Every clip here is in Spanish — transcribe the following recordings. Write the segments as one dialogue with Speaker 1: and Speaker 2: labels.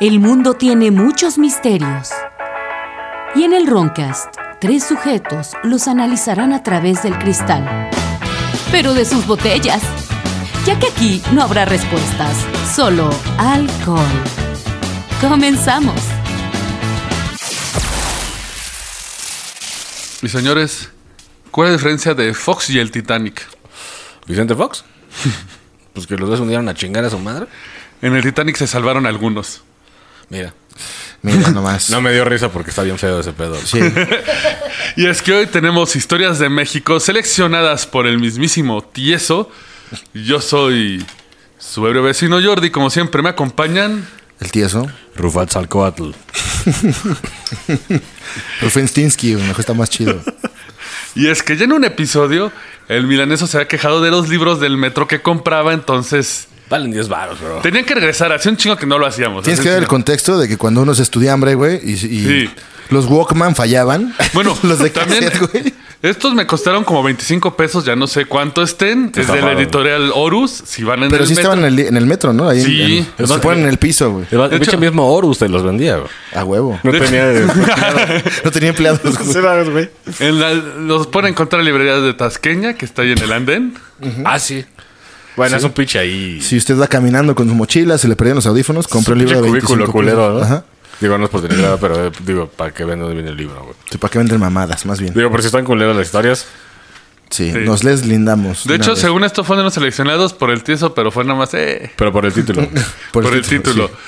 Speaker 1: El mundo tiene muchos misterios. Y en el Roncast, tres sujetos los analizarán a través del cristal. Pero de sus botellas. Ya que aquí no habrá respuestas, solo alcohol. Comenzamos.
Speaker 2: Mis señores, ¿cuál es la diferencia de Fox y el Titanic?
Speaker 3: ¿Vicente Fox? pues que los dos hundieron a chingar a su madre.
Speaker 2: En el Titanic se salvaron algunos.
Speaker 3: Mira.
Speaker 4: Mira nomás.
Speaker 3: No me dio risa porque está bien feo ese pedo.
Speaker 4: Sí.
Speaker 2: Y es que hoy tenemos historias de México seleccionadas por el mismísimo Tieso. Yo soy su ebrio vecino Jordi, como siempre me acompañan.
Speaker 4: El tieso.
Speaker 3: Rufat Salcoatl.
Speaker 4: Rufenstinsky, a lo mejor está más chido.
Speaker 2: Y es que ya en un episodio el milaneso se había quejado de los libros del metro que compraba, entonces
Speaker 3: Valen 10 baros, bro.
Speaker 2: tenían que regresar. Hacía un chingo que no lo hacíamos.
Speaker 4: Tienes que
Speaker 2: Hacía
Speaker 4: dar
Speaker 2: un
Speaker 4: el contexto de que cuando uno se estudia hambre, güey, y, y
Speaker 2: Sí.
Speaker 4: los Walkman fallaban.
Speaker 2: Bueno,
Speaker 4: los de
Speaker 2: también
Speaker 4: cassette, güey.
Speaker 2: estos me costaron como 25 pesos, ya no sé cuánto estén. Es de la
Speaker 3: bárbaro.
Speaker 2: editorial Horus, si van en
Speaker 4: Pero
Speaker 2: el
Speaker 4: sí
Speaker 2: metro.
Speaker 4: estaban en el, en el metro, ¿no? Ahí en-
Speaker 2: Sí.
Speaker 4: en- se ponen en el piso, güey.
Speaker 3: El
Speaker 2: De
Speaker 3: bicho
Speaker 2: hecho-
Speaker 3: mismo Horus te los vendía, bro.
Speaker 4: A huevo.
Speaker 3: No tenía...
Speaker 4: No tenía empleados, güey.
Speaker 3: güey.
Speaker 2: En la- los pueden encontrar en librerías de Tasqueña, que está ahí en el andén.
Speaker 3: Ah, sí. Bueno, es un pinche ahí.
Speaker 4: Si usted va caminando con su mochila, se le perdían los audífonos, compró un libro de
Speaker 3: Pinche
Speaker 4: 25
Speaker 3: cubículo
Speaker 4: pesos.
Speaker 3: culero, ¿no?
Speaker 4: Ajá.
Speaker 3: Digo, no es por tener nada, pero eh, digo, para que vendan bien el libro, güey.
Speaker 4: Sí, para que venden mamadas, más bien.
Speaker 3: Digo, por si están culeras las historias.
Speaker 4: Sí, nos les lindamos.
Speaker 2: De
Speaker 4: una
Speaker 2: hecho,
Speaker 4: vez.
Speaker 2: según esto, fueron los seleccionados por el tieso, pero fue nada más eh,
Speaker 3: Pero por el título.
Speaker 2: por,
Speaker 4: Por el
Speaker 2: el título.
Speaker 4: título,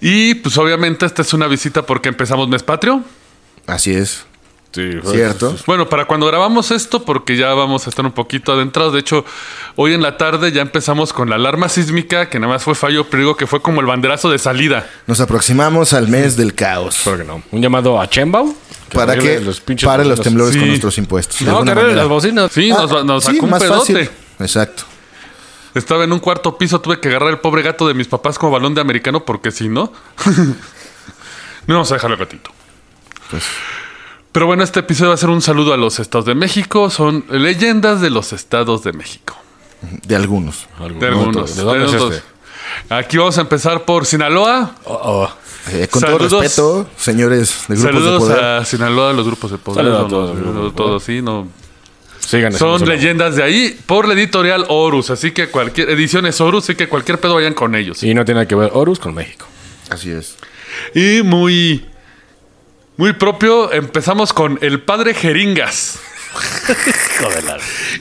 Speaker 2: Y pues obviamente esta es una visita porque empezamos mes patrio.
Speaker 4: Así es.
Speaker 3: Sí, pues, fue-
Speaker 4: Cierto.
Speaker 2: Bueno, para cuando grabamos esto, porque ya vamos a estar un poquito adentrados. De hecho, hoy en la tarde ya empezamos con la alarma sísmica, que nada más fue fallo, pero digo que fue como el banderazo de salida.
Speaker 4: Nos aproximamos al mes del caos.
Speaker 3: Espero que no. Un llamado a Chembao.
Speaker 4: Para
Speaker 3: arregle
Speaker 4: que
Speaker 3: pinches
Speaker 4: pare los
Speaker 3: bocinas.
Speaker 4: temblores
Speaker 2: Sí.
Speaker 4: con nuestros impuestos. de
Speaker 3: No, que
Speaker 4: alguna
Speaker 3: arreglen
Speaker 4: manera.
Speaker 3: las bocinas.
Speaker 2: Sí, nos,
Speaker 4: Ah,
Speaker 2: va- nos
Speaker 4: sí,
Speaker 2: sacó un
Speaker 4: más fácil.
Speaker 2: pedote.
Speaker 4: Exacto.
Speaker 2: Estaba en un cuarto piso, tuve que agarrar el pobre gato de mis papás como balón de americano, porque si no. no vamos a dejarlo al gatito.
Speaker 4: Pues,
Speaker 2: Pero bueno, este episodio va a ser un saludo a los estados de México. Son leyendas de los estados de México.
Speaker 4: de algunos.
Speaker 2: De algunos.
Speaker 3: ¿De dónde
Speaker 2: de
Speaker 3: es
Speaker 2: otros.
Speaker 3: este?
Speaker 2: Aquí vamos a empezar por Sinaloa.
Speaker 3: Oh, oh.
Speaker 4: Eh, con
Speaker 2: Saludos.
Speaker 4: todo respeto, señores de grupos de
Speaker 2: Saludos
Speaker 4: poder.
Speaker 2: a Sinaloa, a los grupos de poder.
Speaker 3: Saludos a
Speaker 2: no,
Speaker 3: todos
Speaker 2: no,
Speaker 3: los grupos
Speaker 2: no,
Speaker 3: de poder.
Speaker 2: todos, sí, no.
Speaker 3: Sigan
Speaker 2: Son
Speaker 3: haciéndoselo.
Speaker 2: leyendas de ahí por la editorial Horus. Así que cualquier. Ediciones Horus, así que cualquier pedo vayan con ellos.
Speaker 3: Y no tiene nada que ver Horus con México.
Speaker 4: Así es.
Speaker 2: Y muy. Muy propio, empezamos con el padre Jeringas.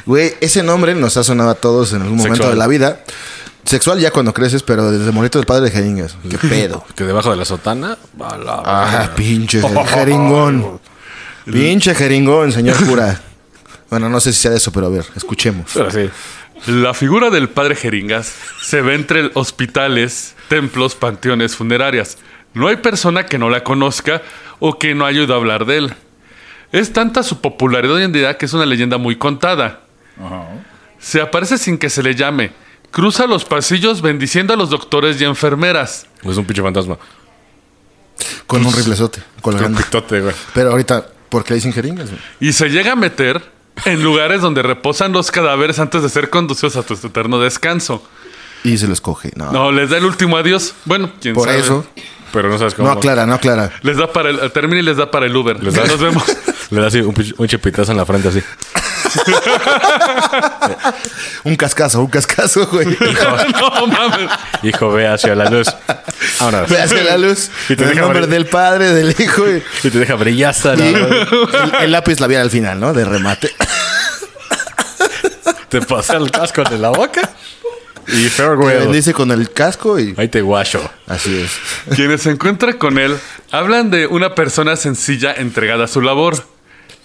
Speaker 4: Güey, ese nombre nos ha sonado a todos en algún momento
Speaker 3: Sexual.
Speaker 4: de la vida. Sexual ya cuando creces, pero desde morito del padre de jeringas. Qué pedo.
Speaker 3: Que debajo de la sotana. a la
Speaker 4: Ah,
Speaker 3: verga.
Speaker 4: pinche jeringón. Pinche jeringón, señor cura. Bueno, no sé si sea de eso, pero a ver, escuchemos.
Speaker 3: Pero sí.
Speaker 2: La figura del padre Jeringas se ve entre hospitales, templos, panteones, funerarias. No hay persona que no la conozca o que no haya oído hablar de él. Es tanta su popularidad hoy en día que es una leyenda muy contada. Se aparece sin que se le llame. Cruza los pasillos bendiciendo a los doctores y enfermeras.
Speaker 3: Es un pinche fantasma.
Speaker 4: Con un riflezote,
Speaker 3: Un
Speaker 4: colgando.
Speaker 3: pitote, güey.
Speaker 4: Pero ahorita, ¿por qué le dicen jeringas? güey?
Speaker 2: Y se llega a meter en lugares donde reposan los cadáveres antes de ser conducidos a su eterno descanso.
Speaker 4: Y se los coge. No,
Speaker 2: No, les da el último adiós. Bueno, quién
Speaker 4: por
Speaker 2: sabe.
Speaker 4: eso.
Speaker 3: Pero no sabes cómo.
Speaker 4: No aclara, no aclara.
Speaker 2: Les da para el, el término y les da para el Uber.
Speaker 3: Les da-
Speaker 2: Nos vemos.
Speaker 3: Le da así un, pinche- un chipitazo en la frente, así.
Speaker 4: Un cascazo, un cascazo, güey.
Speaker 2: no mames.
Speaker 3: Hijo, ve hacia la luz. Ahora.
Speaker 4: Ve hacia la luz.
Speaker 3: Y te
Speaker 4: en el
Speaker 3: deja
Speaker 4: nombre
Speaker 3: ver-
Speaker 4: del padre, del hijo. y-
Speaker 3: Y te deja brillar hasta
Speaker 4: y
Speaker 3: la-
Speaker 4: el, el lápiz labial al final, ¿no? De remate.
Speaker 3: Te pasa el casco de la boca. Y
Speaker 4: Te
Speaker 3: farewell.
Speaker 4: bendice con el casco y
Speaker 3: Ahí te guacho.
Speaker 4: así es.
Speaker 2: Quienes se encuentran con él hablan de una persona sencilla entregada a su labor.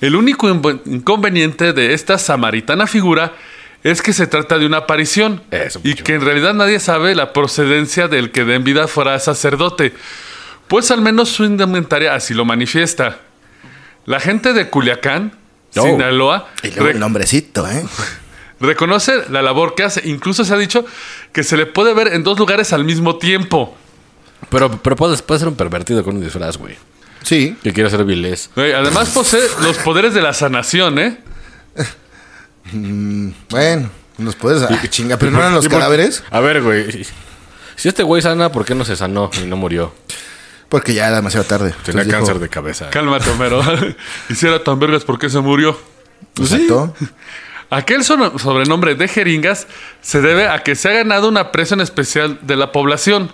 Speaker 2: El único invo- inconveniente de esta samaritana figura es que se trata de una aparición
Speaker 3: Eso,
Speaker 2: y
Speaker 3: mucho.
Speaker 2: que en realidad nadie sabe la procedencia del que de en vida fuera sacerdote, pues al menos su indumentaria así lo manifiesta. La gente de Culiacán,
Speaker 3: Oh.
Speaker 2: Sinaloa,
Speaker 4: Y luego
Speaker 2: rec-
Speaker 4: el hombrecito, ¿eh?
Speaker 2: Reconoce la labor que hace. Incluso se ha dicho que se le puede ver en dos lugares al mismo tiempo.
Speaker 3: Pero, pero puedes, puedes ser un pervertido con un disfraz, güey.
Speaker 4: Sí.
Speaker 3: Que quiere ser vilés.
Speaker 2: Güey, Además posee los poderes de la sanación, ¿eh?
Speaker 4: Bueno, los puedes. Ah, chinga, pero no eran los
Speaker 3: Y por-
Speaker 4: cadáveres.
Speaker 3: A ver, güey. Si este güey sana, ¿por qué no se sanó y no murió?
Speaker 4: Porque ya era demasiado tarde.
Speaker 3: Tenía
Speaker 4: Entonces dijo,
Speaker 3: cáncer de cabeza.
Speaker 2: Cálmate, Homero. Hiciera tan vergas por qué se murió.
Speaker 4: "Pues Exacto.
Speaker 2: Aquel so- sobrenombre de jeringas se debe a que se ha ganado una presión especial de la población.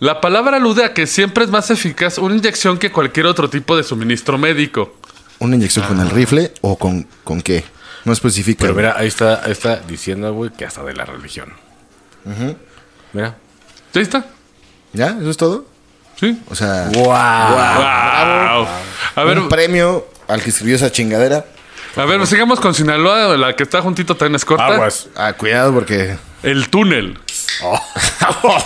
Speaker 2: La palabra alude a que siempre es más eficaz una inyección que cualquier otro tipo de suministro médico.
Speaker 4: ¿Una inyección con el rifle o con, con qué? No especifica.
Speaker 3: Ah. Pero mira, ahí está, ahí está diciendo, güey, que hasta de la religión. Mira.
Speaker 2: ¿Ya está?
Speaker 4: ¿Ya? ¿Eso es todo?
Speaker 2: ¿Sí?
Speaker 4: O sea,
Speaker 3: ¡Wow!
Speaker 2: Wow. A ver,
Speaker 4: un premio al que escribió esa chingadera.
Speaker 2: a ver, sigamos con Sinaloa, la que está juntito también es corta.
Speaker 3: Aguas.
Speaker 4: Ah, cuidado porque...
Speaker 2: El túnel.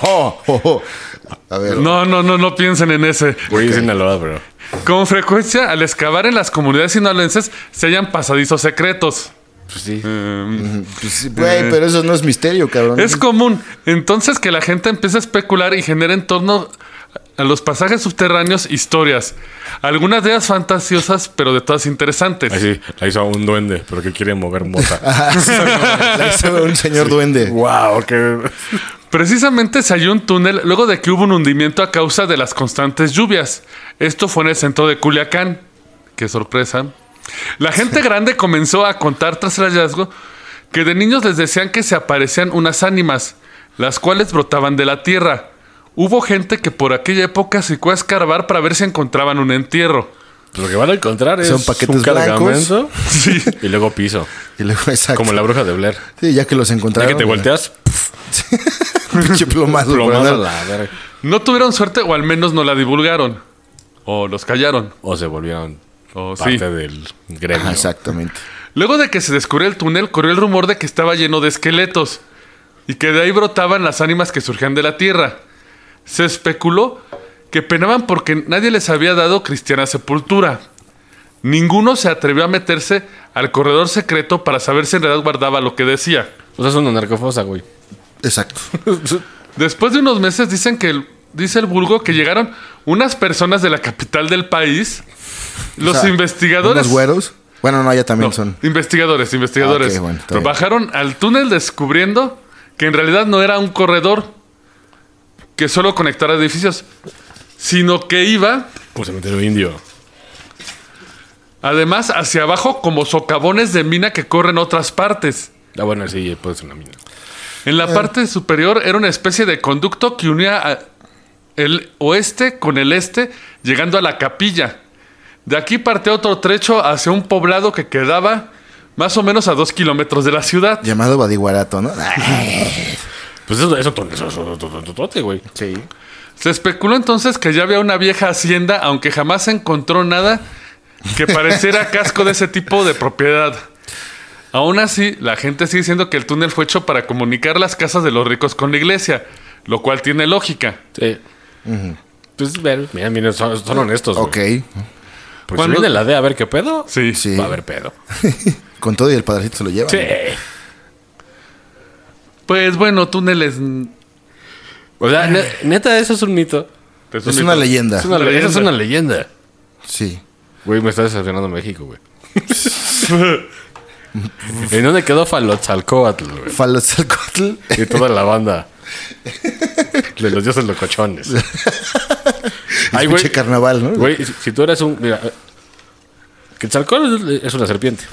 Speaker 3: Oh.
Speaker 4: A ver,
Speaker 2: No, no, no, no piensen en ese.
Speaker 3: Güey, es Sinaloa, pero.
Speaker 2: Con frecuencia, al excavar en las comunidades sinaloenses, se hallan pasadizos secretos.
Speaker 3: Pues sí.
Speaker 4: pues sí, güey, pero eso no es misterio, cabrón.
Speaker 2: Es común. Entonces que la gente empieza a especular y genera en torno a los pasajes subterráneos historias. Algunas de ellas fantasiosas, pero de todas interesantes.
Speaker 3: Ahí sí, la hizo un duende, pero que quiere mover mota.
Speaker 4: Ah, La hizo un señor duende.
Speaker 3: ¡Wow! ¡Qué.
Speaker 2: Precisamente se halló un túnel luego de que hubo un hundimiento a causa de las constantes lluvias. Esto fue en el centro de Culiacán. Qué sorpresa. La gente grande comenzó a contar tras el hallazgo que de niños les decían que se aparecían unas ánimas, las cuales brotaban de la tierra. Hubo gente que por aquella época se fue a escarbar para ver si encontraban un entierro.
Speaker 3: Pues lo que van a encontrar es
Speaker 4: Son paquetes
Speaker 3: un cargamento
Speaker 2: Sí.
Speaker 3: y luego piso.
Speaker 4: Y luego, exacto.
Speaker 3: Como la bruja de Blair.
Speaker 4: Sí, ya que los
Speaker 3: Ya
Speaker 4: encontraron.
Speaker 3: que te volteas,
Speaker 4: Pinche plomazo. por
Speaker 3: plomada
Speaker 4: andar.
Speaker 3: la verga.
Speaker 2: No tuvieron suerte o al menos no la divulgaron. O los callaron.
Speaker 3: O se volvieron
Speaker 2: O sí.
Speaker 3: parte del gremio.
Speaker 4: Oh, Ajá, exactamente.
Speaker 2: Luego de que se descubrió el túnel, corrió el rumor de que estaba lleno de esqueletos y que de ahí brotaban las ánimas que surgían de la tierra. Se especuló que penaban porque nadie les había dado cristiana sepultura. Ninguno se atrevió a meterse al corredor secreto para saber si en realidad guardaba lo que decía.
Speaker 3: O sea, es una narcofosa, güey.
Speaker 4: Exacto.
Speaker 2: Después de unos meses dicen que el- dice el vulgo que llegaron unas personas de la capital del país. Los
Speaker 4: O sea,
Speaker 2: investigadores
Speaker 4: Unos güeros. Bueno, no, ya también
Speaker 2: No,
Speaker 4: son.
Speaker 2: Investigadores, investigadores.
Speaker 4: Ah, ok, bueno, está
Speaker 2: Pero
Speaker 4: bien.
Speaker 2: bajaron al túnel descubriendo que en realidad no era un corredor que solo conectara edificios, sino que iba,
Speaker 3: Un
Speaker 4: Pues
Speaker 3: cementerio indio.
Speaker 2: además, hacia abajo como socavones de mina que corren a otras partes.
Speaker 3: Ah, bueno, sí, puede ser una mina.
Speaker 2: En
Speaker 4: Eh.
Speaker 2: la parte superior era una especie de conducto que unía a- el oeste con el este, llegando a la capilla. De aquí partió otro trecho hacia un poblado que quedaba más o menos a dos kilómetros de la ciudad.
Speaker 4: Llamado Badiguarato, ¿no? Ah,
Speaker 3: Pues eso, eso, eso, eso, eso, totote, güey.
Speaker 4: Sí.
Speaker 2: Se especuló entonces que ya había una vieja hacienda, aunque jamás se encontró nada que pareciera casco de ese tipo de propiedad. Aún así, la gente sigue diciendo que el túnel fue hecho para comunicar las casas de los ricos con la iglesia, lo cual tiene lógica.
Speaker 3: Sí. Pues ver. Mira, mira, son, son honestos, güey.
Speaker 4: Ok.
Speaker 3: Porque
Speaker 2: Cuando-
Speaker 3: si viene la D a ver qué pedo,
Speaker 2: Sí.
Speaker 4: Sí.
Speaker 3: va a haber pedo.
Speaker 4: Con todo y el padrecito se lo lleva.
Speaker 3: Sí.
Speaker 2: Pues bueno, túneles. mm,
Speaker 3: O sea, ne- neta, eso es un mito.
Speaker 2: te
Speaker 4: Es una
Speaker 2: mito.
Speaker 4: leyenda.
Speaker 3: Es una
Speaker 2: Una
Speaker 3: le- Eso es
Speaker 2: leyenda.
Speaker 3: una leyenda.
Speaker 4: Sí.
Speaker 3: Güey, me está decepcionando México, güey. ¿En dónde quedó Falotzalcoatl, güey?
Speaker 4: Falotzelcotl.
Speaker 3: Y toda la banda. De los dioses locochones. Ay, güey.
Speaker 4: Pinche carnaval, ¿no?
Speaker 3: Güey, si, si tú eres un. Mira. eh, Quetzalcóatl es una serpiente.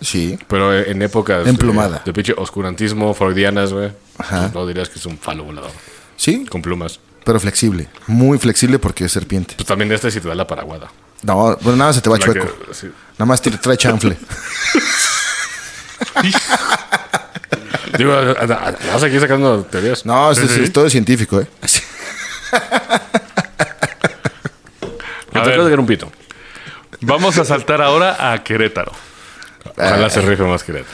Speaker 4: Sí.
Speaker 3: Pero en épocas.
Speaker 4: Emplumada.
Speaker 3: eh, De, pinche oscurantismo, freudianas, güey. pues,
Speaker 4: Ajá.
Speaker 3: No dirías que es un falo volador.
Speaker 4: Sí.
Speaker 3: Con plumas.
Speaker 4: Pero flexible. Muy flexible porque es serpiente.
Speaker 3: Pues también este si te da la paraguada.
Speaker 4: No, bueno, nada más se te va
Speaker 3: La que-
Speaker 4: chueco.
Speaker 3: sí.
Speaker 4: Nada más te trae chanfle.
Speaker 3: Digo, a- a- a- vas aquí sacando teorías.
Speaker 4: No, es, es- es todo científico, ¿eh?
Speaker 2: A
Speaker 3: te
Speaker 2: ver.
Speaker 3: acuerdas que era un pito.
Speaker 2: Vamos a saltar ahora a Querétaro.
Speaker 3: Ojalá
Speaker 4: Eh.
Speaker 3: se rife más que neta.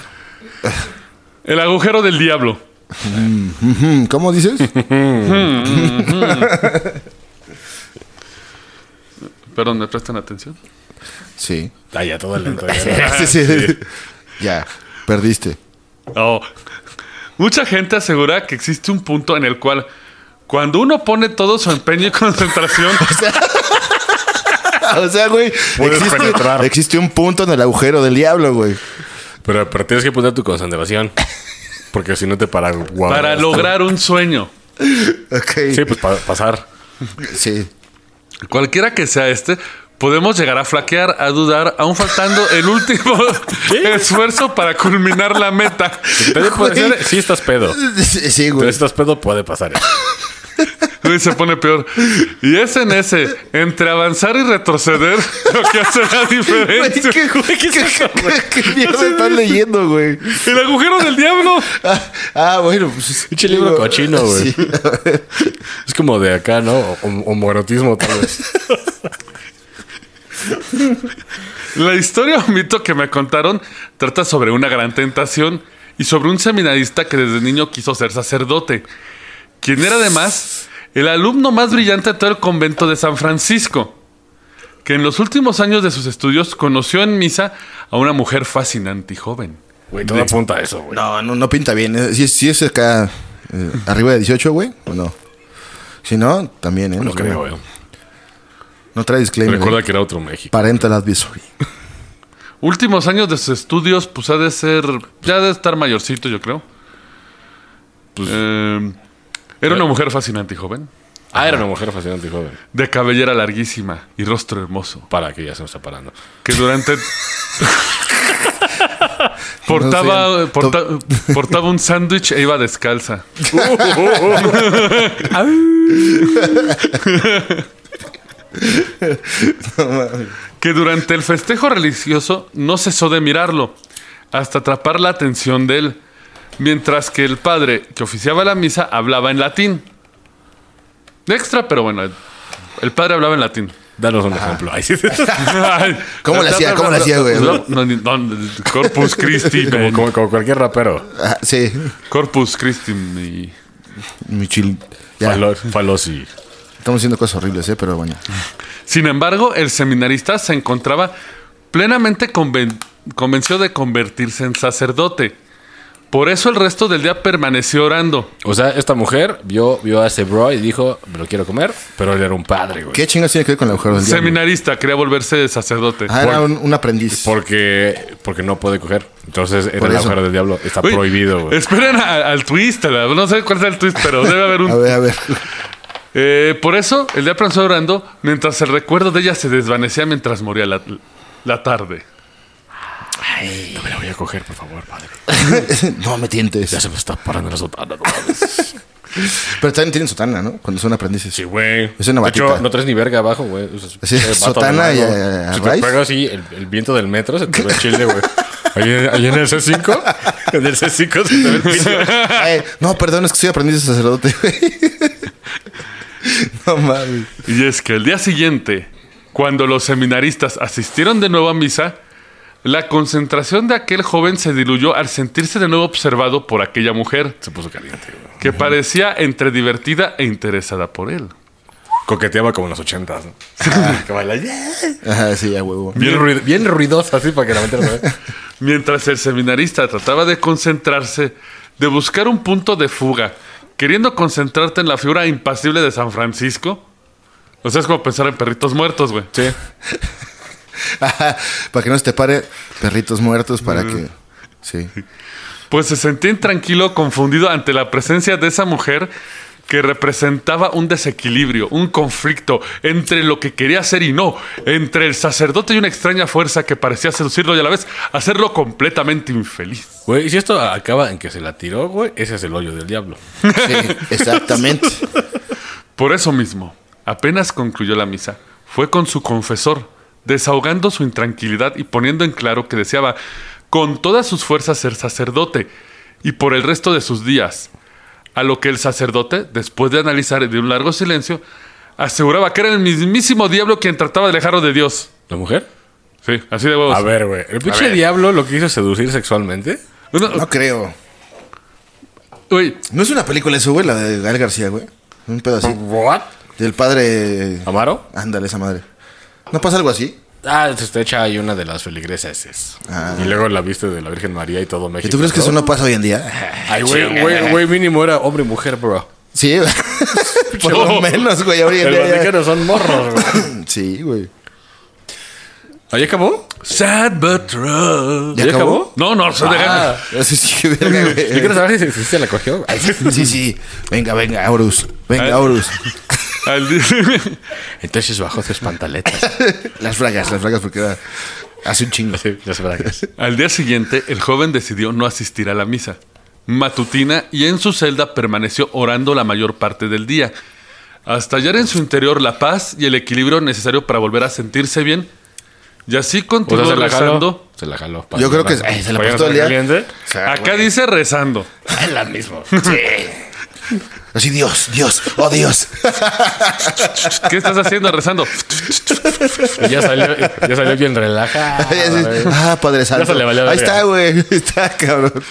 Speaker 2: El agujero del diablo.
Speaker 4: Mm, ¿Cómo dices?
Speaker 2: Perdón, ¿me prestan atención?
Speaker 4: Sí.
Speaker 3: Ah, ya todo lento. ya.
Speaker 4: Sí, sí. Ya. Perdiste.
Speaker 2: Oh. Mucha gente asegura que existe un punto en el cual, cuando uno pone todo su empeño y concentración,
Speaker 4: O sea, güey.
Speaker 3: Puedes penetrar.
Speaker 4: Existe, existe un punto en el agujero del diablo, güey.
Speaker 3: Pero, pero tienes que poner tu concentración. Porque si no te para
Speaker 2: para lograr un sueño.
Speaker 4: Ok.
Speaker 3: Sí, pues pa- pasar.
Speaker 4: Sí.
Speaker 2: Cualquiera que sea este, podemos llegar a flaquear, a dudar, aún faltando el último esfuerzo para culminar la meta.
Speaker 3: Entonces puede
Speaker 4: Güey.
Speaker 3: ser, sí estás pedo.
Speaker 4: Sí, sí,
Speaker 3: Pero
Speaker 4: güey.
Speaker 3: si estás pedo, puede pasar. eso.
Speaker 2: Y se pone peor. Y es en ese, entre avanzar y retroceder, lo que hace la
Speaker 4: Güey, ¿Qué,
Speaker 2: diferencia.
Speaker 4: qué- qué- qué mierda estás leyendo, güey?
Speaker 2: El agujero del diablo.
Speaker 4: Ah, ah, bueno, pues.
Speaker 3: Pinche libro
Speaker 4: digo,
Speaker 3: cochino, güey.
Speaker 4: sí.
Speaker 3: Es como de acá, ¿no? O, o morotismo, tal vez.
Speaker 2: La historia o mito que me contaron trata sobre una gran tentación y sobre un seminarista que desde niño quiso ser sacerdote, quien era además el alumno más brillante de todo el convento de San Francisco, que en los últimos años de sus estudios conoció en misa a una mujer fascinante y joven.
Speaker 3: Güey, todo apunta a eso, güey.
Speaker 4: No, no, no pinta bien. Eh, Si es, si es acá eh, arriba de 18, güey, o no. Si no, también, ¿eh?
Speaker 3: No
Speaker 4: Pues,
Speaker 3: creo,
Speaker 4: güey.
Speaker 3: güey.
Speaker 4: No trae disclaimer. ¿eh?
Speaker 3: Recuerda
Speaker 4: Recuerda
Speaker 3: que era otro México.
Speaker 4: Parental advisory.
Speaker 2: Últimos años de sus estudios, pues ha de ser, ya ha de estar mayorcito, yo creo. Eh, era una mujer fascinante y joven,
Speaker 3: Ah, era una mujer fascinante y joven.
Speaker 2: de cabellera larguísima y rostro hermoso.
Speaker 3: Para que ya se nos está parando.
Speaker 2: que durante portaba,
Speaker 4: No sean-
Speaker 2: porta- portaba un sándwich e iba descalza. que durante el festejo religioso no cesó de mirarlo hasta atrapar la atención de él, mientras que el padre que oficiaba la misa hablaba en latín. Extra, pero bueno, el padre hablaba en latín.
Speaker 3: Danos un ejemplo. Ay, sí.
Speaker 2: Ay,
Speaker 4: ¿Cómo la hacía? ¿Cómo la hacía, güey?
Speaker 2: No, no, ni- no, Corpus Christi,
Speaker 3: como,
Speaker 2: men.
Speaker 3: como- como cualquier rapero.
Speaker 4: Ah, sí.
Speaker 2: Corpus Christi. mi-
Speaker 4: Mi chil. Ya,
Speaker 3: Falo- Falosi.
Speaker 4: estamos haciendo cosas horribles, ¿eh? Pero bueno.
Speaker 2: Sin embargo, el seminarista se encontraba plenamente conven- convencido de convertirse en sacerdote. Por eso el resto del día permaneció orando.
Speaker 3: O sea, esta mujer vio, vio a ese bro y dijo, me lo quiero comer, pero él era un padre, güey.
Speaker 4: ¿Qué chingas tiene que ver con el agujero del diablo?
Speaker 2: Seminarista, quería volverse sacerdote.
Speaker 4: Ah, era un, un aprendiz.
Speaker 3: Porque, porque no puede coger. Entonces era
Speaker 4: Por
Speaker 3: la
Speaker 4: eso.
Speaker 3: mujer del diablo. Está
Speaker 2: Uy,
Speaker 3: prohibido, güey.
Speaker 2: Esperen a- al twist, a la- no sé cuál es el twist, pero debe haber un
Speaker 4: A ver, a ver.
Speaker 2: Eh, por eso, el día pasó orando mientras el recuerdo de ella se desvanecía mientras moría la, la tarde.
Speaker 3: No me la voy a coger, por favor, padre.
Speaker 4: no me tientes.
Speaker 3: Ya se me está parando la sotana, no mames.
Speaker 4: Pero también tienen sotana, ¿no? Cuando son aprendices.
Speaker 3: Sí, güey.
Speaker 4: Es una
Speaker 3: De hecho,
Speaker 4: batita.
Speaker 3: no traes ni verga abajo, güey. O sea,
Speaker 4: Sí,
Speaker 3: eh, vato
Speaker 4: sotana
Speaker 3: de mano.
Speaker 4: y, eh,
Speaker 3: Si te
Speaker 4: raíz.
Speaker 3: pega así el, el viento del metro, se te ve el chile, güey. Ahí, ahí en el C5, en el C5 se te ve el pito.
Speaker 4: Ay, no, perdón, es que soy aprendiz de sacerdote, güey. no mames.
Speaker 2: Y es que el día siguiente, cuando los seminaristas asistieron de nuevo a misa, la concentración de aquel joven se diluyó al sentirse de nuevo observado por aquella mujer,
Speaker 3: Se puso caliente, güey.
Speaker 2: que parecía entre divertida e interesada por él.
Speaker 3: Coqueteaba como en los ochentas, ¿no? Que baila, "Yeah".
Speaker 4: Ajá, sí, a huevo.
Speaker 3: Bien, ruido- bien ruidosa, así para que la mente no se vea.
Speaker 2: Mientras el seminarista trataba de concentrarse, de buscar un punto de fuga, queriendo concentrarte en la figura impasible de San Francisco. O sea, es como pensar en perritos muertos, güey.
Speaker 3: Sí.
Speaker 4: Ajá, para que no se te pare perritos muertos para que. Sí.
Speaker 2: Pues se sentía intranquilo, confundido ante la presencia de esa mujer que representaba un desequilibrio, un conflicto entre lo que quería hacer y no, entre el sacerdote y una extraña fuerza que parecía seducirlo y a la vez hacerlo completamente infeliz.
Speaker 3: Güey, si esto acaba en que se la tiró, güey, ese es el hoyo del diablo.
Speaker 4: Sí, exactamente.
Speaker 2: Por eso mismo, apenas concluyó la misa, fue con su confesor, desahogando su intranquilidad y poniendo en claro que deseaba con todas sus fuerzas ser sacerdote y por el resto de sus días. A lo que el sacerdote, después de analizar de un largo silencio, aseguraba que era el mismísimo diablo quien trataba de alejarlo de Dios.
Speaker 3: ¿La mujer?
Speaker 2: Sí, así de huevos.
Speaker 3: A ver, güey. El pinche
Speaker 4: ver.
Speaker 3: diablo lo que hizo es seducir sexualmente.
Speaker 2: No,
Speaker 4: No creo.
Speaker 2: uy,
Speaker 4: No es una película eso, güey, la de Gal García, güey. Un pedo así.
Speaker 3: ¿What?
Speaker 4: Del padre.
Speaker 3: ¿Amaro?
Speaker 4: Ándale, esa madre. ¿No pasa algo así?
Speaker 3: Ah, se está hecha ahí una de las feligreses.
Speaker 4: Ah.
Speaker 3: Y luego la viste de la Virgen María y todo México.
Speaker 4: ¿Y tú crees que eh?
Speaker 3: ¿no?
Speaker 4: eso no pasa hoy en día?
Speaker 3: Ay, güey, güey, güey, mínimo era hombre y mujer, bro.
Speaker 4: Sí, por lo menos, güey, hoy en
Speaker 3: Los
Speaker 4: día. ya-
Speaker 3: mexicanos son morros, güey.
Speaker 4: Sí, güey.
Speaker 3: ¿Ahí acabó?
Speaker 2: Sad but true.
Speaker 4: ¿Ya acabó?
Speaker 2: No, no, se dejan.
Speaker 4: Así Ah, sí, que verga, güey.
Speaker 3: Yo quiero saber si, si se la cogió. Ay,
Speaker 4: Sí, sí. Venga, venga, Horus. Venga, Horus.
Speaker 2: Al di-
Speaker 3: Entonces bajó sus pantaletas.
Speaker 4: Las fragas, las fragas, porque era... Hace un chingo.
Speaker 3: Sí, las bragas.
Speaker 2: Al día siguiente, el joven decidió no asistir a la misa matutina y en su celda permaneció orando la mayor parte del día, hasta hallar en su interior la paz y el equilibrio necesario para volver a sentirse bien. Y así
Speaker 3: O sea,
Speaker 2: continuó
Speaker 3: se la jaló.
Speaker 2: rezando.
Speaker 3: Se la jaló.
Speaker 4: Yo creo que eh, se la pasó todo el día. O sea,
Speaker 2: Acá dice rezando.
Speaker 3: Es la misma.
Speaker 4: Así, Dios, Dios, oh Dios.
Speaker 2: ¿Qué estás haciendo rezando?
Speaker 3: Y ya salió, ya salió bien relajada. güey.
Speaker 4: ah, Padre Santo.
Speaker 3: se le valió
Speaker 4: Ahí
Speaker 3: verga.
Speaker 4: está, güey. Ahí Está, cabrón.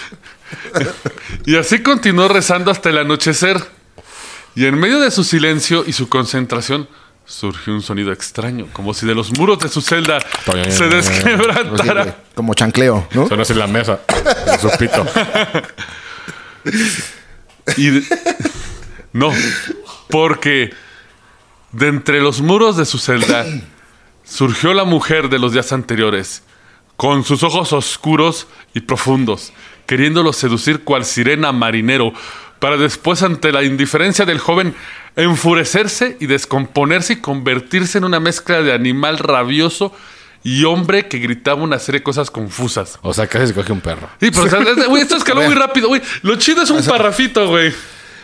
Speaker 2: Y así continuó rezando hasta el anochecer. Y en medio de su silencio y su concentración surgió un sonido extraño, como si de los muros de su celda se
Speaker 4: Así, güey,
Speaker 2: desquebrantara.
Speaker 4: Como chancleo, ¿no?
Speaker 3: Sonó así la mesa. En su pito.
Speaker 2: Y de- no, porque de entre los muros de su celda surgió la mujer de los días anteriores, con sus ojos oscuros y profundos, queriéndolo seducir cual sirena marinero, para después ante la indiferencia del joven enfurecerse y descomponerse y convertirse en una mezcla de animal rabioso y hombre que gritaba una serie de cosas confusas.
Speaker 3: O sea, casi se coge un perro.
Speaker 2: Sí, pero, o sea, es- güey, esto escaló muy rápido, güey. Lo chido es un parrafito, güey.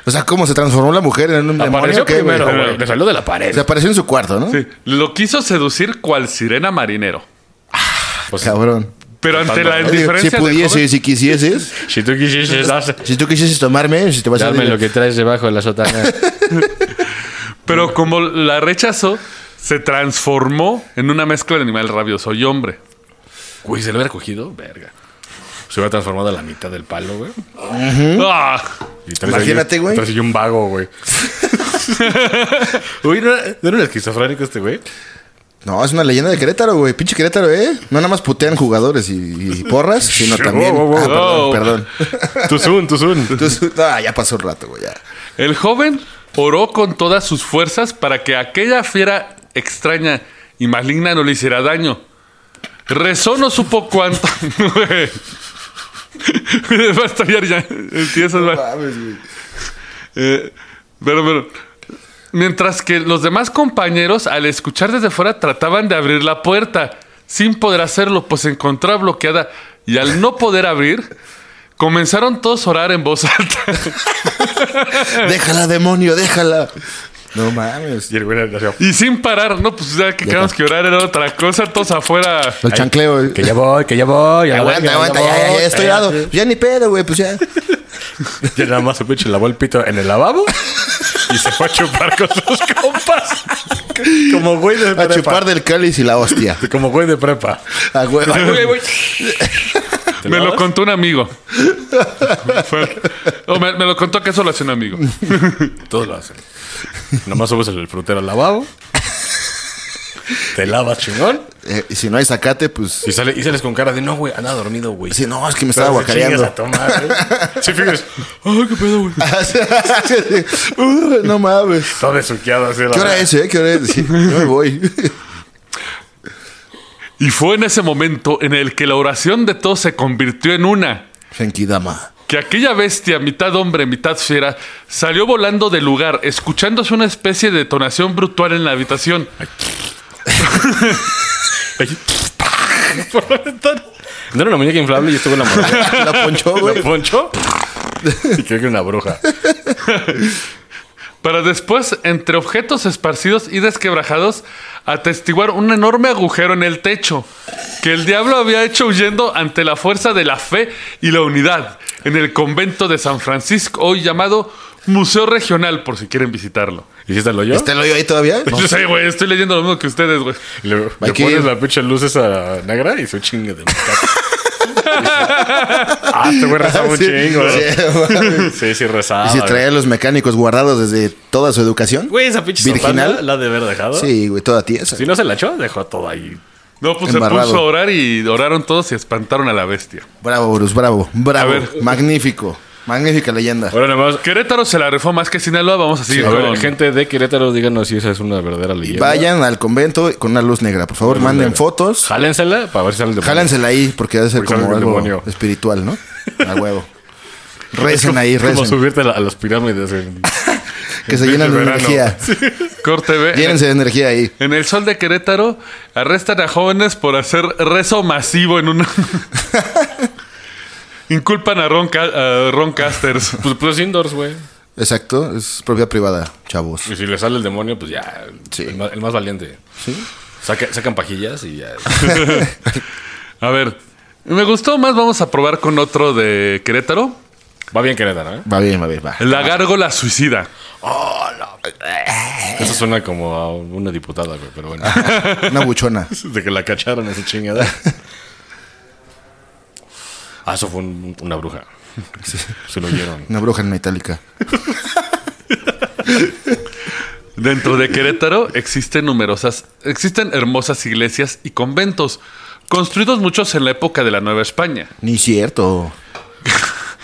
Speaker 4: O sea, cómo se transformó la mujer en un demonio.
Speaker 3: Apareció
Speaker 4: ¿qué, güey?
Speaker 3: primero, güey. Le salió de la pared.
Speaker 4: Se apareció en su cuarto, ¿no?
Speaker 2: Sí, lo quiso seducir cual sirena marinero.
Speaker 3: Pues,
Speaker 4: Cabrón.
Speaker 2: Pero ante la
Speaker 4: Oye, si
Speaker 2: indiferencia del
Speaker 4: pudiese,
Speaker 2: joven-
Speaker 4: si quisieses,
Speaker 3: si tú quisieses, das-
Speaker 4: si tú quisieses tomarme, si te vas
Speaker 3: dame
Speaker 4: a
Speaker 3: lo que traes debajo de la sotana.
Speaker 2: pero como la rechazó, se transformó en una mezcla de animal rabioso y hombre.
Speaker 3: Güey, se lo hubiera cogido. Verga. Se hubiera transformado a la mitad del palo, güey.
Speaker 2: Ah,
Speaker 3: Y traes
Speaker 4: Imagínate,
Speaker 3: ahí-
Speaker 4: güey.
Speaker 3: Traes ahí un vago, güey. Uy, ¿no era, no era un esquizofrénico este güey?
Speaker 4: No, es una leyenda de Querétaro, güey. Pinche Querétaro, ¿eh? No nada más putean jugadores y, y porras, sino
Speaker 3: Wow,
Speaker 4: también.
Speaker 3: wow, wow.
Speaker 4: Ah,
Speaker 2: Wow.
Speaker 4: perdón, perdón.
Speaker 3: Tuzun, Tuzun.
Speaker 4: Entonces, ah, ya pasó un rato, güey. ya.
Speaker 2: el joven oró con todas sus fuerzas para que aquella fiera extraña y maligna no le hiciera daño. Rezó, no supo cuánto. güey. Va a estallar ya. Empiezas, va. Eh, pero, pero. Mientras que los demás compañeros, al escuchar desde fuera, trataban de abrir la puerta, sin poder hacerlo, pues se encontraba bloqueada. Y al no poder abrir, comenzaron todos a orar en voz alta.
Speaker 3: Eh.
Speaker 4: Déjala, demonio, déjala. No mames.
Speaker 3: Y el güey nació.
Speaker 2: y sin parar, no, pues ya que quedamos que orar era otra cosa, todos afuera.
Speaker 4: El chancleo, güey.
Speaker 3: Que ya voy, que ya voy. Ya
Speaker 4: Aguanta, aguanta, ya, ya, ya, estoy dado. Pues Ya ni pedo, güey, pues ya.
Speaker 3: Ya nada más se pinche lavó el pito en el lavabo y se fue a chupar con sus compas. Como güey de
Speaker 4: A
Speaker 3: prepa.
Speaker 4: chupar del cáliz y la hostia.
Speaker 3: Como güey de prepa.
Speaker 4: A huevo.
Speaker 3: Ah, ¿Te
Speaker 2: Me lo
Speaker 3: lavas?
Speaker 2: contó un amigo. Fue- o me, me lo contó que eso lo hacía un amigo.
Speaker 3: Todos lo hacen. Nomás subes el frutero al lavabo. Te lavas chingón.
Speaker 4: Eh, y si no hay zacate, pues.
Speaker 3: Y, sale, y sales con cara de no, güey, anda dormido, güey.
Speaker 4: Sí, no, es que me
Speaker 3: Pero
Speaker 4: estaba
Speaker 3: te chingas
Speaker 4: guacareando.
Speaker 3: a tomar, güey. Sí, fíjate. Ay, qué pedo, güey.
Speaker 4: Uh, no mames.
Speaker 3: Todo desuqueado así. la
Speaker 4: ¿Qué hora
Speaker 3: verdad.
Speaker 4: es, eh? ¿Qué hora es? Sí, yo me voy.
Speaker 2: Y fue en ese momento en el que la oración de todos se convirtió en una.
Speaker 4: Genkidama.
Speaker 2: que aquella bestia, mitad hombre, mitad fiera, salió volando del lugar, escuchándose una especie de detonación brutal en la habitación.
Speaker 3: No era una muñeca inflable y estuvo en la mano.
Speaker 4: La ponchó, güey.
Speaker 3: ¿Lo poncho? Y creo que era una bruja.
Speaker 2: Para después, entre objetos esparcidos y desquebrajados, atestiguar un enorme agujero en el techo, que el diablo había hecho huyendo ante la fuerza de la fe y la unidad, en el convento de San Francisco, hoy llamado Museo Regional, por si quieren visitarlo.
Speaker 3: ¿Hiciste el hoyo?
Speaker 4: ¿Está el hoyo ahí todavía?
Speaker 2: Pues Yo sé, güey, estoy leyendo lo mismo que ustedes, güey.
Speaker 3: Y Le, le
Speaker 4: Aquí-
Speaker 3: pones la pinche luz esa negra y su chinga de macaco. ah, te voy a rezar un
Speaker 4: Sí,
Speaker 3: chingo.
Speaker 4: sí.
Speaker 3: Sí, sí, rezaba.
Speaker 4: Y si
Speaker 3: güey.
Speaker 4: traía a los mecánicos guardados desde toda su educación.
Speaker 3: Güey, esa pinche
Speaker 4: ¿Virginal?
Speaker 3: sotana la de haber dejado.
Speaker 4: Sí, güey, toda tiesa.
Speaker 3: Si no se la echó, dejó todo ahí.
Speaker 2: No, pues
Speaker 4: Embarrado.
Speaker 2: se puso a orar y oraron todos y espantaron a la bestia.
Speaker 4: Bravo, Bruce, bravo. Bravo.
Speaker 2: A ver.
Speaker 4: Magnífico. Magnífica leyenda.
Speaker 3: Ahora nomás,
Speaker 2: Querétaro se la rifó más que Sinaloa, vamos a seguir
Speaker 3: a ver,
Speaker 2: con-
Speaker 3: gente de Querétaro, díganos si esa es una verdadera
Speaker 4: Y
Speaker 3: leyenda.
Speaker 4: vayan al convento con una luz negra. Por favor, manden fotos.
Speaker 3: Jálensela para ver si sale el demonio.
Speaker 4: Jálensela ahí porque debe ser
Speaker 3: Porque
Speaker 4: como
Speaker 3: sale el
Speaker 4: algo
Speaker 3: demonio.
Speaker 4: espiritual, ¿no? A huevo.
Speaker 3: Es
Speaker 4: Recen
Speaker 3: como-
Speaker 4: ahí,
Speaker 3: Como
Speaker 4: recen.
Speaker 3: subirte a, la- a las pirámides. en-
Speaker 4: Que se
Speaker 3: en
Speaker 4: llenan de
Speaker 3: verano.
Speaker 4: energía.
Speaker 2: Corte B.
Speaker 4: Llénense de energía ahí.
Speaker 2: En el sol de Querétaro arrestan a jóvenes por hacer rezo masivo en una... Inculpan a Ron, Ca- a Ron Casters.
Speaker 3: Pues, pues indoors, güey.
Speaker 4: Exacto. Es propiedad privada, chavos.
Speaker 3: Y si le sale el demonio, pues ya. el-
Speaker 4: Sí.
Speaker 3: El, más, el más valiente. Saca- sacan pajillas y ya.
Speaker 2: A ver, me gustó más, vamos a probar con otro de Querétaro.
Speaker 3: Va bien Querétaro, ¿eh?
Speaker 4: Va bien, va bien, va.
Speaker 2: La gárgola suicida.
Speaker 3: Eso suena como a una diputada, güey, pero bueno.
Speaker 4: Una buchona.
Speaker 3: De que la cacharon esa chingada. Ah, eso fue un- una bruja. Se lo oyeron.
Speaker 4: Una bruja en metálica.
Speaker 2: Dentro de Querétaro existen numerosas, existen hermosas iglesias y conventos, construidos muchos en la época de la Nueva España,
Speaker 4: Ni cierto.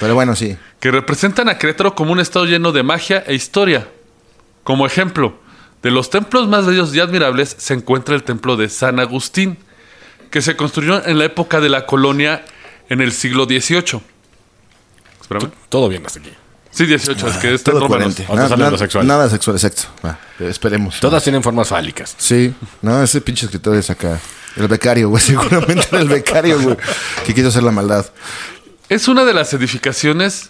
Speaker 4: Pero bueno, sí.
Speaker 2: que representan a Querétaro como un estado lleno de magia e historia. Como ejemplo, de los templos más bellos y admirables se encuentra el templo de San Agustín, que se construyó en la época de la colonia en el siglo XVIII. Espérame.
Speaker 3: Todo bien hasta aquí.
Speaker 2: Sí, 18, es que este está en
Speaker 4: Todo
Speaker 2: romanos.
Speaker 4: coherente.
Speaker 3: Ahorita
Speaker 4: Nada,
Speaker 3: sale lo
Speaker 4: nada-
Speaker 3: sexual.
Speaker 4: nada sexual, exacto. Va, esperemos.
Speaker 3: Todas tienen formas fálicas.
Speaker 4: Sí, no, ese pinche escritor es acá. El becario, güey. Seguramente era el becario, güey. Que quiso hacer la maldad.
Speaker 2: Es una de las edificaciones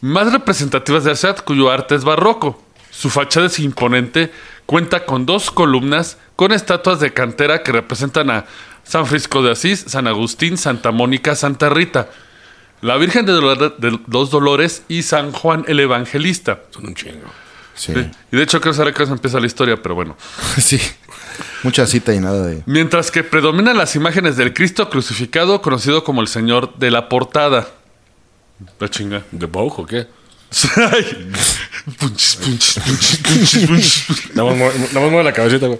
Speaker 2: más representativas de la ciudad, cuyo arte es barroco. Su fachada es imponente, cuenta con dos columnas con estatuas de cantera que representan a San Francisco de Asís, San Agustín, Santa Mónica, Santa Rita, la Virgen de, Dolor- de los Dolores y San Juan el Evangelista.
Speaker 3: Son un chingo.
Speaker 4: Sí.
Speaker 2: Y de hecho creo que ahora que se empieza la historia, pero bueno.
Speaker 4: Sí. Mucha cita y nada de.
Speaker 2: Mientras que predominan las imágenes del Cristo crucificado, conocido como el Señor de la Portada. La chinga.
Speaker 3: ¿De Baujo o qué?
Speaker 2: Ay. Punchis, punchis, punchis, punchis, punchis.
Speaker 3: Nada más mueve, nada más mueve la cabecita, güey.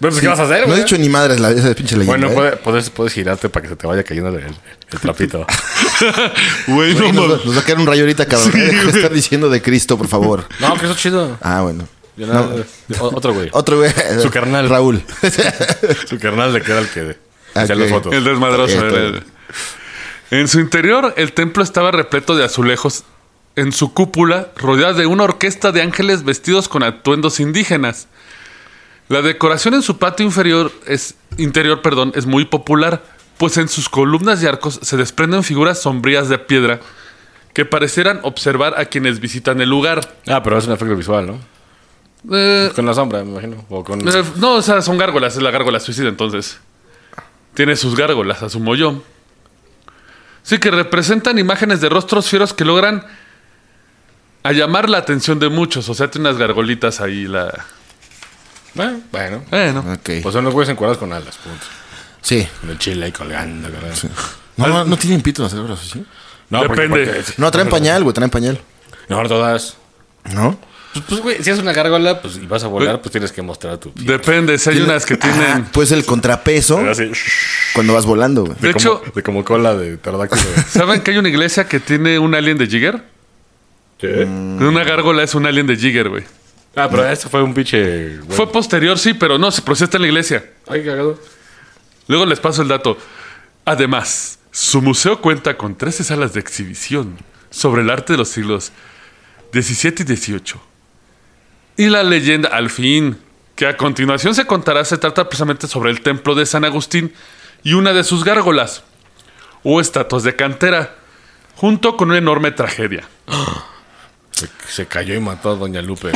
Speaker 3: Pero, ¿qué vas a hacer,
Speaker 4: No he
Speaker 3: güey?
Speaker 4: dicho ni madres la, esa pinche leyenda.
Speaker 3: Bueno,
Speaker 4: ¿eh?
Speaker 3: puede- puedes, puedes girarte para que se te vaya cayendo el, el- el trapito. pues,
Speaker 2: Güey, no
Speaker 4: Güey, nos,
Speaker 2: mames.
Speaker 4: va- nos va a caer un rayo ahorita, cabrón. ¿eh? Deja de estar diciendo de Cristo, por favor.
Speaker 3: No, que eso es chido.
Speaker 4: Ah, bueno.
Speaker 3: Yo nada- o- Otro güey.
Speaker 4: Otro güey.
Speaker 3: Su carnal.
Speaker 4: Raúl.
Speaker 3: Su carnal le queda el que
Speaker 4: Ah,
Speaker 3: hacía las
Speaker 4: ok.
Speaker 3: fotos.
Speaker 2: El desmadroso.
Speaker 4: Ok,
Speaker 2: el-
Speaker 4: todo bien.
Speaker 2: En su interior, el templo estaba repleto de azulejos en su cúpula, rodeada de una orquesta de ángeles vestidos con atuendos indígenas. La decoración en su patio inferior es interior, perdón, es muy popular, pues en sus columnas y arcos se desprenden figuras sombrías de piedra que parecieran observar a quienes visitan el lugar.
Speaker 3: Ah, pero es un efecto visual, ¿no?
Speaker 2: Eh,
Speaker 3: Con la sombra, me imagino. O con...
Speaker 2: Eh, No, o sea, son gárgolas, es la gárgola suicida, entonces. Tiene sus gárgolas, asumo yo. Sí, que representan imágenes de rostros fieros que logran a llamar la atención de muchos. O sea, tiene unas gargolitas ahí la.
Speaker 3: Eh, bueno.
Speaker 2: Bueno.
Speaker 4: Ok.
Speaker 3: Pues son los güeyes encuadrados con alas, punto.
Speaker 4: Sí.
Speaker 3: Con el chile ahí colgando, cabrón.
Speaker 4: No, no, no tienen pito las células, ¿sí?
Speaker 3: No,
Speaker 2: Depende.
Speaker 4: No, traen pañal, güey, traen pañal.
Speaker 3: No, no todas.
Speaker 4: ¿No?
Speaker 3: Pues, pues, güey, si es una gárgola pues, y vas a volar, pues tienes que mostrar tu pie.
Speaker 2: Depende, si hay unas que tienen.
Speaker 4: Ah, pues el contrapeso
Speaker 3: Así,
Speaker 4: cuando vas volando, güey.
Speaker 2: De
Speaker 3: como-
Speaker 2: hecho,
Speaker 3: de como cola de pterodáctilo.
Speaker 2: ¿saben que hay una iglesia que tiene un alien de Jigger? Una gárgola es un alien de Jigger, güey.
Speaker 3: Ah, pero eso fue un pinche... güey.
Speaker 2: Fue posterior, sí, pero no, se procesa en la iglesia.
Speaker 3: Ay, cagado.
Speaker 2: Luego les paso el dato. Además, su museo cuenta con 13 salas de exhibición sobre el arte de los siglos XVII y XVIII. Y la leyenda, al fin, que a continuación se contará, se trata precisamente sobre el templo de San Agustín y una de sus gárgolas, o estatuas de cantera, junto con una enorme tragedia.
Speaker 3: Se, se cayó y mató a Doña Lupe.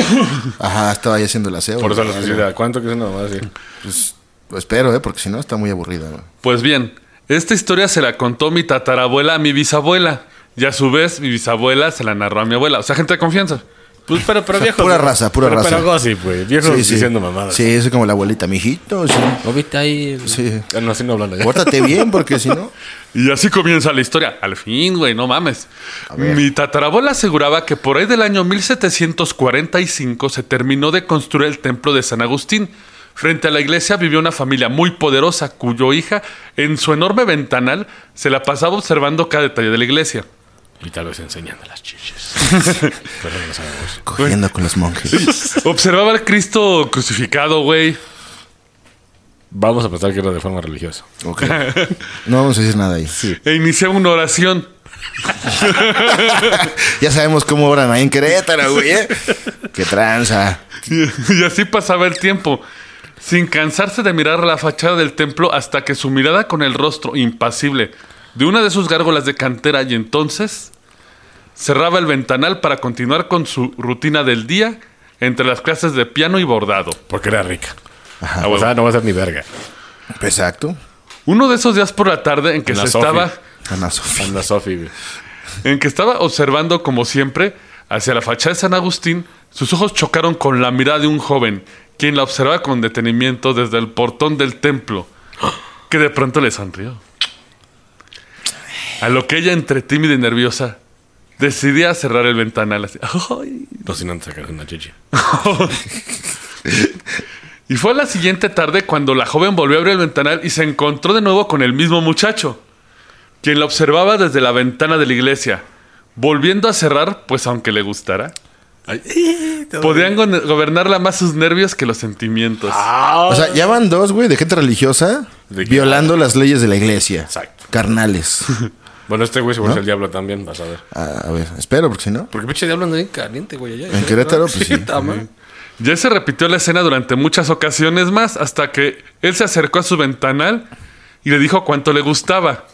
Speaker 4: Ajá, estaba ahí haciendo el aseo.
Speaker 3: Por eso
Speaker 4: güey.
Speaker 3: la suicida. ¿Cuánto que es una mamá así?
Speaker 4: Pues, lo espero, ¿eh? Porque si no, está muy aburrida, güey.
Speaker 2: Pues bien, esta historia se la contó mi tatarabuela a mi bisabuela, y a su vez mi bisabuela se la narró a mi abuela, o sea, gente de confianza.
Speaker 3: Pues, pero, pero viejo.
Speaker 4: pura raza, pura
Speaker 3: pero,
Speaker 4: raza.
Speaker 3: Pero gossip, güey. Viejo diciendo mamadas.
Speaker 4: Sí, es como la abuelita, mijito. Sí.
Speaker 3: ¿No viste ahí?
Speaker 4: Sí.
Speaker 3: Ah, No, así no hablan allá.
Speaker 4: Pórtate bien, porque si no.
Speaker 2: Y así comienza la historia. Al fin, güey, no mames.
Speaker 4: ver.
Speaker 2: Mi tatarabuela aseguraba que por ahí del año 1745 se terminó de construir el templo de San Agustín, Frente a la iglesia vivió una familia muy poderosa cuyo hija, en su enorme ventanal, se la pasaba observando cada detalle de la iglesia.
Speaker 3: Y tal vez enseñando las chiches. Pero no lo sabemos.
Speaker 4: Cogiendo con los monjes.
Speaker 2: Observaba al Cristo crucificado, güey.
Speaker 3: Vamos a pensar que era de forma religiosa.
Speaker 4: Ok. No vamos a decir nada ahí.
Speaker 2: E iniciaba una oración.
Speaker 4: Ya sabemos cómo oran ahí en Querétaro, güey. ¿eh? Qué tranza.
Speaker 2: Y así pasaba el tiempo, sin cansarse de mirar la fachada del templo hasta que su mirada con el rostro impasible de una de sus gárgolas de cantera y entonces cerraba el ventanal para continuar con su rutina del día entre las clases de piano y bordado.
Speaker 3: Porque era rica. o sea, no va a ser ni verga.
Speaker 4: Exacto.
Speaker 2: Uno de esos días por la tarde en que
Speaker 3: Ana
Speaker 2: se
Speaker 3: Sofi.
Speaker 2: estaba
Speaker 4: Ana Sofía.
Speaker 3: Anda, Sofi. güey.
Speaker 2: en que estaba observando como siempre hacia la fachada de San Agustín, sus ojos chocaron con la mirada de un joven, quien la observaba con detenimiento desde el portón del templo, que de pronto le sonrió. A lo que ella, entre tímida y nerviosa, decidía cerrar el ventanal así, "Ay".
Speaker 3: No sin antes sacar una chichi.
Speaker 2: Y fue la siguiente tarde cuando la joven volvió a abrir el ventanal y se encontró de nuevo con el mismo muchacho, quien la observaba desde la ventana de la iglesia, volviendo a cerrar, pues aunque le gustara. Podían go- gobernarla más sus nervios que los sentimientos.
Speaker 3: Ah.
Speaker 4: O sea, ya van dos, güey, de gente religiosa
Speaker 3: De-
Speaker 4: violando las leyes de la iglesia.
Speaker 3: Exacto.
Speaker 4: Carnales.
Speaker 3: Bueno, este güey se vuelve el diablo también, vas a ver.
Speaker 4: A, a ver, espero, porque si no.
Speaker 5: Porque pinche diablo anda bien caliente, güey. Allá,
Speaker 4: En Querétaro, pues sí.
Speaker 5: ta madre.
Speaker 2: Ya se repitió la escena durante muchas ocasiones más hasta que él se acercó a su ventanal y le dijo cuánto le gustaba.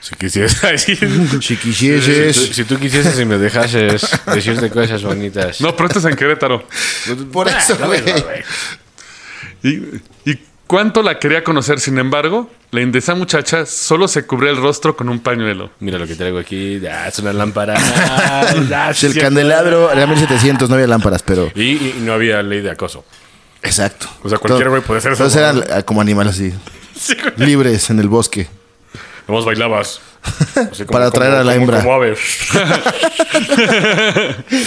Speaker 3: Si quisieras decir.
Speaker 4: Si
Speaker 3: Si, tú-
Speaker 4: quisieses.
Speaker 3: si tú quisieses y me dejases decirte cosas bonitas. Ah,
Speaker 2: No, pero esto es en Querétaro.
Speaker 4: Por eso,
Speaker 3: no,
Speaker 4: güey.
Speaker 3: no, güey.
Speaker 2: Y, y cuánto la quería conocer, sin embargo, la indesa muchacha solo se cubría el rostro con un pañuelo.
Speaker 3: Mira lo que traigo aquí. Ah, es una lámpara. Ah, es
Speaker 4: El
Speaker 3: cierto.
Speaker 4: candelabro era 1700, no había lámparas, pero.
Speaker 3: Y, y no había ley de acoso.
Speaker 4: Exacto.
Speaker 3: O sea, cualquier güey puede ser
Speaker 4: Entonces
Speaker 3: esa,
Speaker 4: eran ah, como animales así. Libres en el bosque.
Speaker 3: Nomás bailabas. Así
Speaker 4: Para atraer a la hembra.
Speaker 3: Como ave.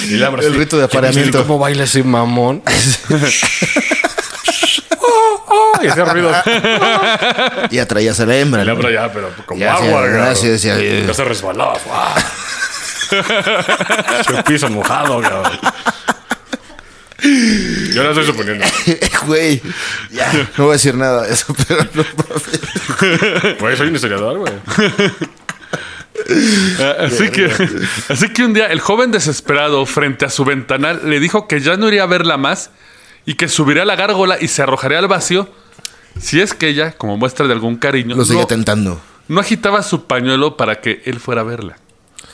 Speaker 3: y la hembra
Speaker 4: El
Speaker 3: así,
Speaker 4: rito de
Speaker 3: "Chimistli,
Speaker 4: apareamiento.
Speaker 3: pues, ¿Cómo baila ese mamón? Oh, Y hacía ruido.
Speaker 4: Y atraías a la hembra.
Speaker 3: La
Speaker 4: ¿no?
Speaker 3: hembra ya, pero como
Speaker 4: Ya hacía-
Speaker 3: agua. güey.
Speaker 4: así, así, así.
Speaker 3: Ya se resbalaba. Se piso mojado, cabrón. Yo la estoy suponiendo.
Speaker 4: Güey, ya, no voy a decir nada de eso, pero no mames.
Speaker 3: Güey, soy un historiador, güey.
Speaker 2: Ah, Así que, así que un día el joven desesperado frente a su ventanal le dijo que ya no iría a verla más y que subiría a la gárgola y se arrojaría al vacío si es que ella, como muestra de algún cariño,
Speaker 4: Lo seguía
Speaker 2: no,
Speaker 4: tentando.
Speaker 2: no agitaba su pañuelo para que él fuera a verla.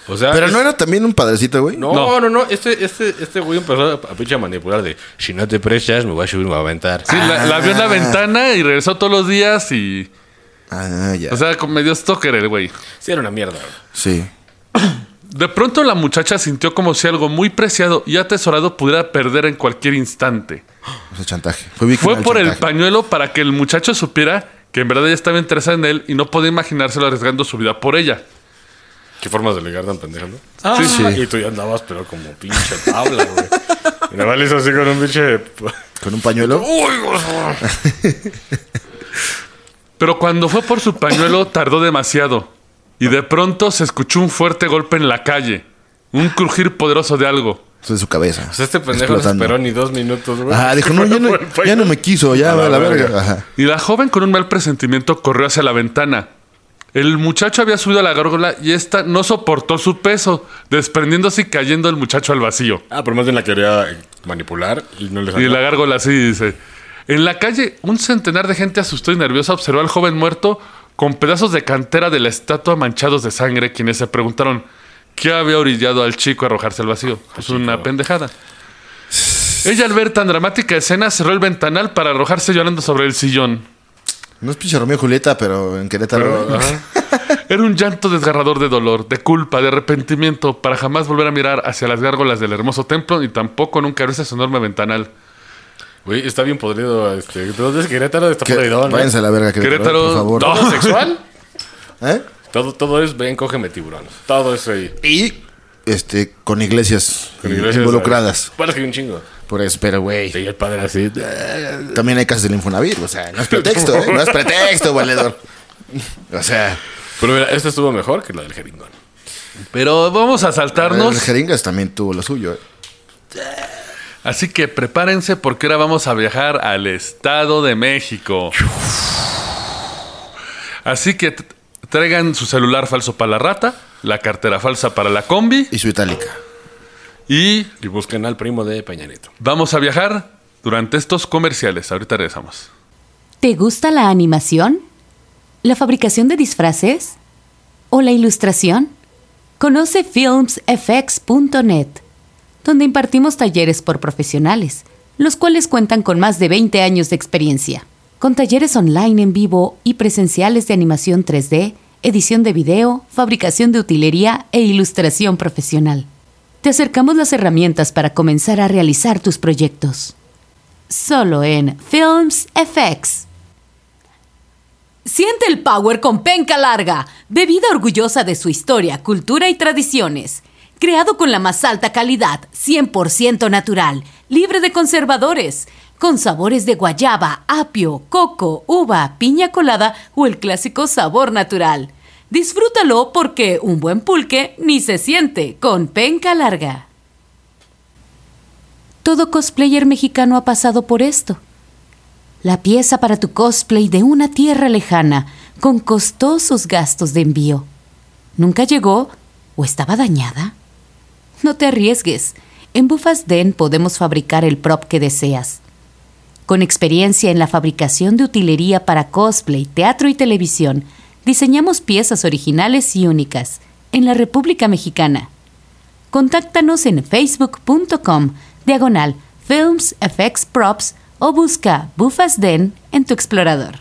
Speaker 3: O sea,
Speaker 4: Pero
Speaker 3: Ah, es-
Speaker 4: no era también un padrecito, güey.
Speaker 3: No,
Speaker 2: No.
Speaker 3: no, no, Este, este, este güey empezó a, a pinche manipular de si no te prestas, me voy a subir, me voy a aventar.
Speaker 2: Sí, la, la vio en la
Speaker 4: Ah.
Speaker 2: ventana y regresó todos los días y...
Speaker 4: Ah, ya.
Speaker 2: O sea, con medio stalker el güey.
Speaker 3: Sí, era una mierda.
Speaker 4: sí.
Speaker 2: De pronto la muchacha sintió como si algo muy preciado y atesorado pudiera perder en cualquier instante.
Speaker 4: O sea, chantaje. Fue víctima
Speaker 2: Fue
Speaker 4: del
Speaker 2: por el
Speaker 4: chantaje.
Speaker 2: pañuelo para que el muchacho supiera que en verdad ella estaba interesada en él y no podía imaginárselo arriesgando su vida por ella.
Speaker 3: Qué formas de ligar tan pendejas, ¿no?
Speaker 2: Ah.
Speaker 4: Sí, sí.
Speaker 3: Y tú ya andabas, pero como pinche tabla, güey. Y nada más le hizo así con un pinche.
Speaker 4: Con un pañuelo.
Speaker 3: ¡Uy, güey!
Speaker 2: Pero cuando fue por su pañuelo tardó demasiado y de pronto se escuchó un fuerte golpe en la calle, un crujir poderoso de algo.
Speaker 4: Eso de su cabeza.
Speaker 3: O sea, este pendejo no se
Speaker 4: Explotando.
Speaker 3: esperó ni dos minutos, güey.
Speaker 4: Ajá, Ah, dijo, no ya, no, ya no me quiso, ya
Speaker 3: A
Speaker 4: va
Speaker 3: la
Speaker 4: a la verga.
Speaker 3: verga.
Speaker 4: Ajá.
Speaker 2: Y la joven con un mal presentimiento corrió hacia la ventana. El muchacho había subido a la gárgola y ésta no soportó su peso, desprendiéndose y cayendo el muchacho al vacío.
Speaker 3: Ah, pero más bien la quería eh, manipular y no le
Speaker 2: Y
Speaker 3: salió.
Speaker 2: la gárgola así dice. En la calle, un centenar de gente asustada y nerviosa observó al joven muerto con pedazos de cantera de la estatua manchados de sangre, quienes se preguntaron qué había orillado al chico a arrojarse al vacío. Pues una pendejada. Ella al ver tan dramática escena cerró el ventanal para arrojarse llorando sobre el sillón.
Speaker 4: No es pinche Romeo y Julieta, pero en Querétaro.
Speaker 3: Pero,
Speaker 4: güey.
Speaker 3: ajá.
Speaker 2: Era un llanto desgarrador de dolor, de culpa, de arrepentimiento, para jamás volver a mirar hacia las gárgolas del hermoso templo y tampoco nunca verse su enorme ventanal.
Speaker 3: Güey, está bien podrido. Este. Entonces, Querétaro está
Speaker 4: Que-
Speaker 3: podrido, ¿no?
Speaker 4: váyanse a la verga, Querétaro,
Speaker 2: Querétaro,
Speaker 4: por favor.
Speaker 2: no.
Speaker 3: ¿Todo sexual?
Speaker 4: ¿Eh?
Speaker 3: Todo, todo es ven, cógeme tiburón. Todo es ahí.
Speaker 4: Y este, con iglesias,
Speaker 3: Con iglesias,
Speaker 4: involucradas.
Speaker 3: Bueno, es que hay un chingo.
Speaker 4: Por eso, pero güey.
Speaker 3: Y el padre así.
Speaker 4: También hay casas del Infonavit, o sea, no es pretexto, ¿eh? No es pretexto, valedor. O sea,
Speaker 3: Pero mira, esta estuvo mejor que la del jeringón.
Speaker 2: Pero vamos a
Speaker 4: el
Speaker 2: saltarnos.
Speaker 4: Jeringas también tuvo lo suyo. ¿eh?
Speaker 2: Así que prepárense porque ahora vamos a viajar al Estado de México. Así que t- traigan su celular falso para la rata, la cartera falsa para la combi
Speaker 4: Y su itálica.
Speaker 2: y
Speaker 3: Y busquen al primo de Peñanito.
Speaker 2: vamos a viajar durante estos comerciales. Ahorita regresamos.
Speaker 1: ¿Te gusta la animación? ¿La fabricación de disfraces? ¿O la ilustración? Conoce filmsfx.net, donde impartimos talleres por profesionales, los cuales cuentan con más de 20 años de experiencia, con talleres online en vivo y presenciales de animación 3D, edición de video, fabricación de utilería e ilustración profesional. Te acercamos las herramientas para comenzar a realizar tus proyectos solo en Films FX. Siente el power con penca larga, bebida orgullosa de su historia, cultura y tradiciones. Creado con la más alta calidad, 100% natural, libre de conservadores, con sabores de guayaba, apio, coco, uva, piña colada o el clásico sabor natural. Disfrútalo porque un buen pulque ni se siente con penca larga. Todo cosplayer mexicano ha pasado por esto. La pieza para tu cosplay de una tierra lejana, con costosos gastos de envío. ¿Nunca llegó o estaba dañada? No te arriesgues. En Bufas Den podemos fabricar el prop que deseas. Con experiencia en la fabricación de utilería para cosplay, teatro y televisión, diseñamos piezas originales y únicas en la República Mexicana. Contáctanos en facebook.com diagonal Films FX Props o busca Bufas Den en tu explorador.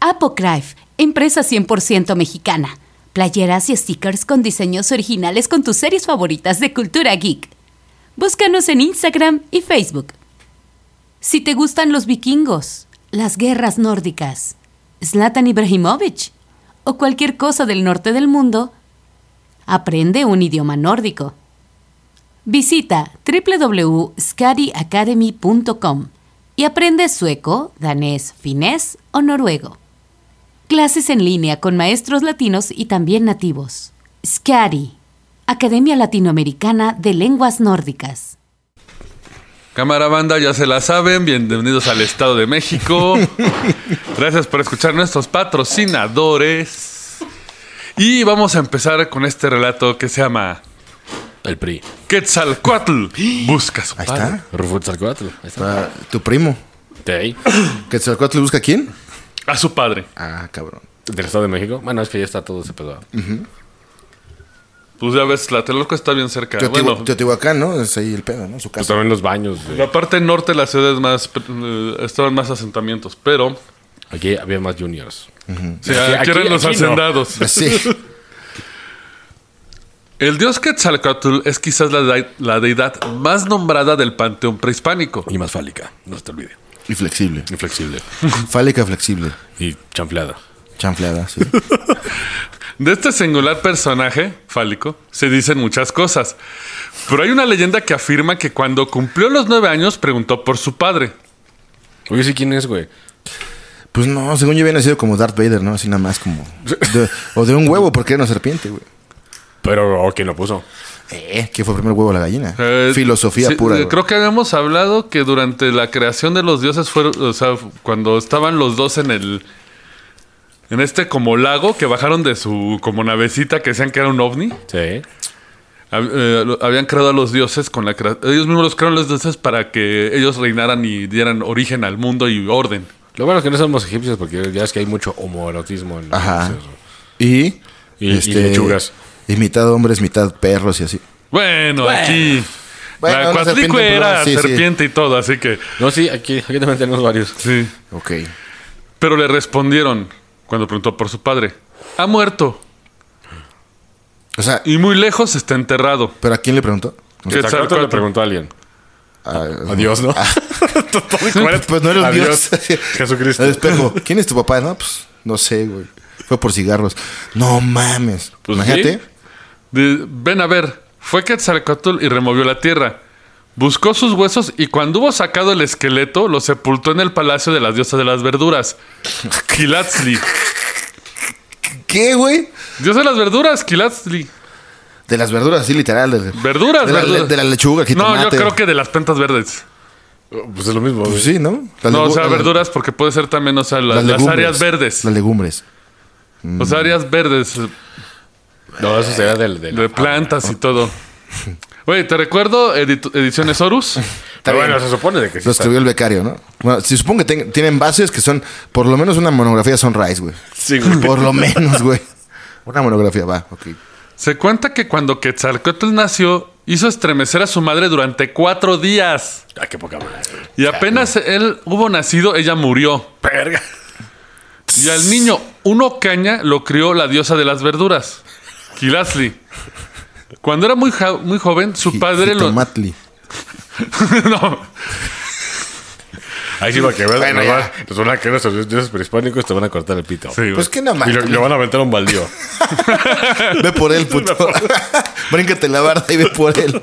Speaker 1: Apocryph, empresa 100% mexicana. Playeras y stickers con diseños originales con tus series favoritas de cultura geek. Búscanos en Instagram y Facebook. Si te gustan los vikingos, las guerras nórdicas, Zlatan Ibrahimovic o cualquier cosa del norte del mundo, aprende un idioma nórdico. Visita www.scariacademy.com y aprende sueco, danés, finés o noruego. Clases en línea con maestros latinos y también nativos. Scari, Academia Latinoamericana de Lenguas Nórdicas.
Speaker 2: Cámara banda, ya se la saben. Bienvenidos al Estado de México. Gracias por escuchar nuestros patrocinadores. Y vamos a empezar con este relato que se llama
Speaker 3: El PRI.
Speaker 2: Quetzalcoatl busca su
Speaker 4: Ahí
Speaker 2: padre.
Speaker 4: está.
Speaker 3: Rufus Salcuatro. Ahí está.
Speaker 4: Para tu primo.
Speaker 3: De ahí.
Speaker 4: ¿Quetzalcóatl busca a quién?
Speaker 2: A su padre.
Speaker 4: Ah, cabrón.
Speaker 3: Del Estado de México. Bueno, es que ya está todo ese pedo.
Speaker 2: Pues ya ves, la Telorco está bien cerca.
Speaker 4: Teotihu-
Speaker 2: Bueno,
Speaker 4: Teotihuacán, ¿no? Es ahí el pedo, ¿no? Su
Speaker 3: Pues
Speaker 4: casa.
Speaker 3: también los baños. de-
Speaker 2: la parte norte de la ciudad es más. eh, Estaban más asentamientos, pero.
Speaker 3: Aquí había más juniors.
Speaker 2: Se adquieren
Speaker 3: aquí-
Speaker 2: los
Speaker 3: aquí no.
Speaker 2: hacendados.
Speaker 4: Sí.
Speaker 2: El dios Quetzalcoatl es quizás la, dei- la deidad más nombrada del panteón prehispánico.
Speaker 3: Y más fálica. No se te olvide.
Speaker 4: Y flexible.
Speaker 3: Inflexible.
Speaker 4: Fálica flexible.
Speaker 3: Y chanfleada.
Speaker 4: Chanfleada, sí.
Speaker 2: De este singular personaje fálico se dicen muchas cosas, pero hay una leyenda que afirma que cuando cumplió los nueve años preguntó por su padre.
Speaker 3: Oye, sí, ¿quién es, güey?
Speaker 4: Pues no, según yo viene sido como Darth Vader, ¿no? Así nada más como... de- o de un huevo, porque era una serpiente, güey.
Speaker 3: Pero, ¿o ¿quién lo puso?
Speaker 4: Eh, ¿qué fue primero el huevo o la gallina?
Speaker 2: Eh,
Speaker 4: Filosofía
Speaker 2: sí,
Speaker 4: pura.
Speaker 2: eh,
Speaker 4: güey.
Speaker 2: Creo que habíamos hablado que durante la creación de los dioses fueron, o sea, cuando estaban los dos en el, en este como lago que bajaron de su como navecita que decían que era un ovni.
Speaker 3: Sí.
Speaker 2: Hab- eh, lo- habían creado a los dioses con la crea- ellos mismos los crearon los dioses para que ellos reinaran y dieran origen al mundo y orden.
Speaker 3: Lo bueno es que no somos egipcios porque ya es que hay mucho homoerotismo en los
Speaker 4: Ajá.
Speaker 3: egipcios.
Speaker 4: Y... este,
Speaker 3: Y- y lechugas.
Speaker 4: Y mitad hombres, mitad perros y así.
Speaker 2: Bueno, aquí.
Speaker 4: Bueno,
Speaker 2: la
Speaker 4: una
Speaker 2: cuatlicue
Speaker 4: serpiente en
Speaker 2: era
Speaker 4: plural, sí, sí.
Speaker 2: serpiente y todo, así que.
Speaker 3: No, sí, aquí, aquí también tenemos varios.
Speaker 2: Sí.
Speaker 4: Ok.
Speaker 2: Pero le respondieron cuando preguntó por su padre: Ha muerto
Speaker 4: O sea,
Speaker 2: y muy lejos está enterrado.
Speaker 4: ¿pero a quién le preguntó?
Speaker 2: ¿Qué
Speaker 3: ¿Qué
Speaker 2: tal?
Speaker 3: le preguntó a alguien?
Speaker 4: A-
Speaker 3: Adiós, ¿no?
Speaker 4: Ah. Pues no era un dios.
Speaker 3: Jesucristo.
Speaker 4: Al espejo. ¿Quién es tu papá? No, pues no sé, güey. Fue por cigarros. No mames.
Speaker 3: Pues
Speaker 4: Imagínate.
Speaker 2: De- Ven a ver. Fue Quetzalcoatl y removió la tierra. Buscó sus huesos y cuando hubo sacado el esqueleto, lo sepultó en el palacio de las diosas de las verduras, Kilatzli.
Speaker 4: ¿Qué, güey?
Speaker 2: Diosa de las verduras, Kilatzli.
Speaker 4: De las verduras, sí, literal. de-
Speaker 2: Verduras,
Speaker 4: De la,
Speaker 2: verduras.
Speaker 4: de la lechuga, jitomate.
Speaker 2: No, yo creo que de las plantas verdes.
Speaker 3: Pues es lo mismo.
Speaker 4: Pues
Speaker 3: güey.
Speaker 4: sí, ¿no? Las
Speaker 2: no, o
Speaker 4: legu-
Speaker 2: sea,
Speaker 4: las-
Speaker 2: verduras, porque puede ser también, o sea, la- las,
Speaker 4: legumbres.
Speaker 2: áreas verdes.
Speaker 4: Las legumbres.
Speaker 2: O sea, áreas verdes eh,
Speaker 3: No, eso sería del. del-
Speaker 2: de plantas y todo. Güey, te recuerdo Editu- Ediciones Horus.
Speaker 3: Pero
Speaker 4: bien.
Speaker 3: bueno, se supone de que sí.
Speaker 4: Lo
Speaker 3: está.
Speaker 4: escribió el becario, ¿no? Bueno, si supongo que ten- tienen bases que son, por lo menos una monografía Sunrise, güey.
Speaker 3: Sí, güey.
Speaker 4: Por lo menos, güey. Una monografía, va, ok.
Speaker 2: Se cuenta que cuando Quetzalcóatl nació, hizo estremecer a su madre durante cuatro días.
Speaker 3: Ah, qué poca madre.
Speaker 2: Y apenas él hubo nacido, ella murió.
Speaker 3: Verga.
Speaker 2: Y al niño Uno Caña lo crió la diosa de las verduras, Kilasli. Cuando era muy, ja- muy joven, su padre lo...
Speaker 4: Jitomatli.
Speaker 2: No.
Speaker 3: Ahí sí, para que veas.
Speaker 4: Bueno,
Speaker 3: Bueno,
Speaker 4: ya.
Speaker 3: Los van a creer esos dioses prehispánicos, te van a cortar el pito.
Speaker 2: Sí,
Speaker 4: Pues
Speaker 2: güey.
Speaker 4: que no
Speaker 3: Y lo,
Speaker 4: mames.
Speaker 3: lo van a aventar a un baldío.
Speaker 4: Ve por él, puto. Bríncate la barda y ve por él.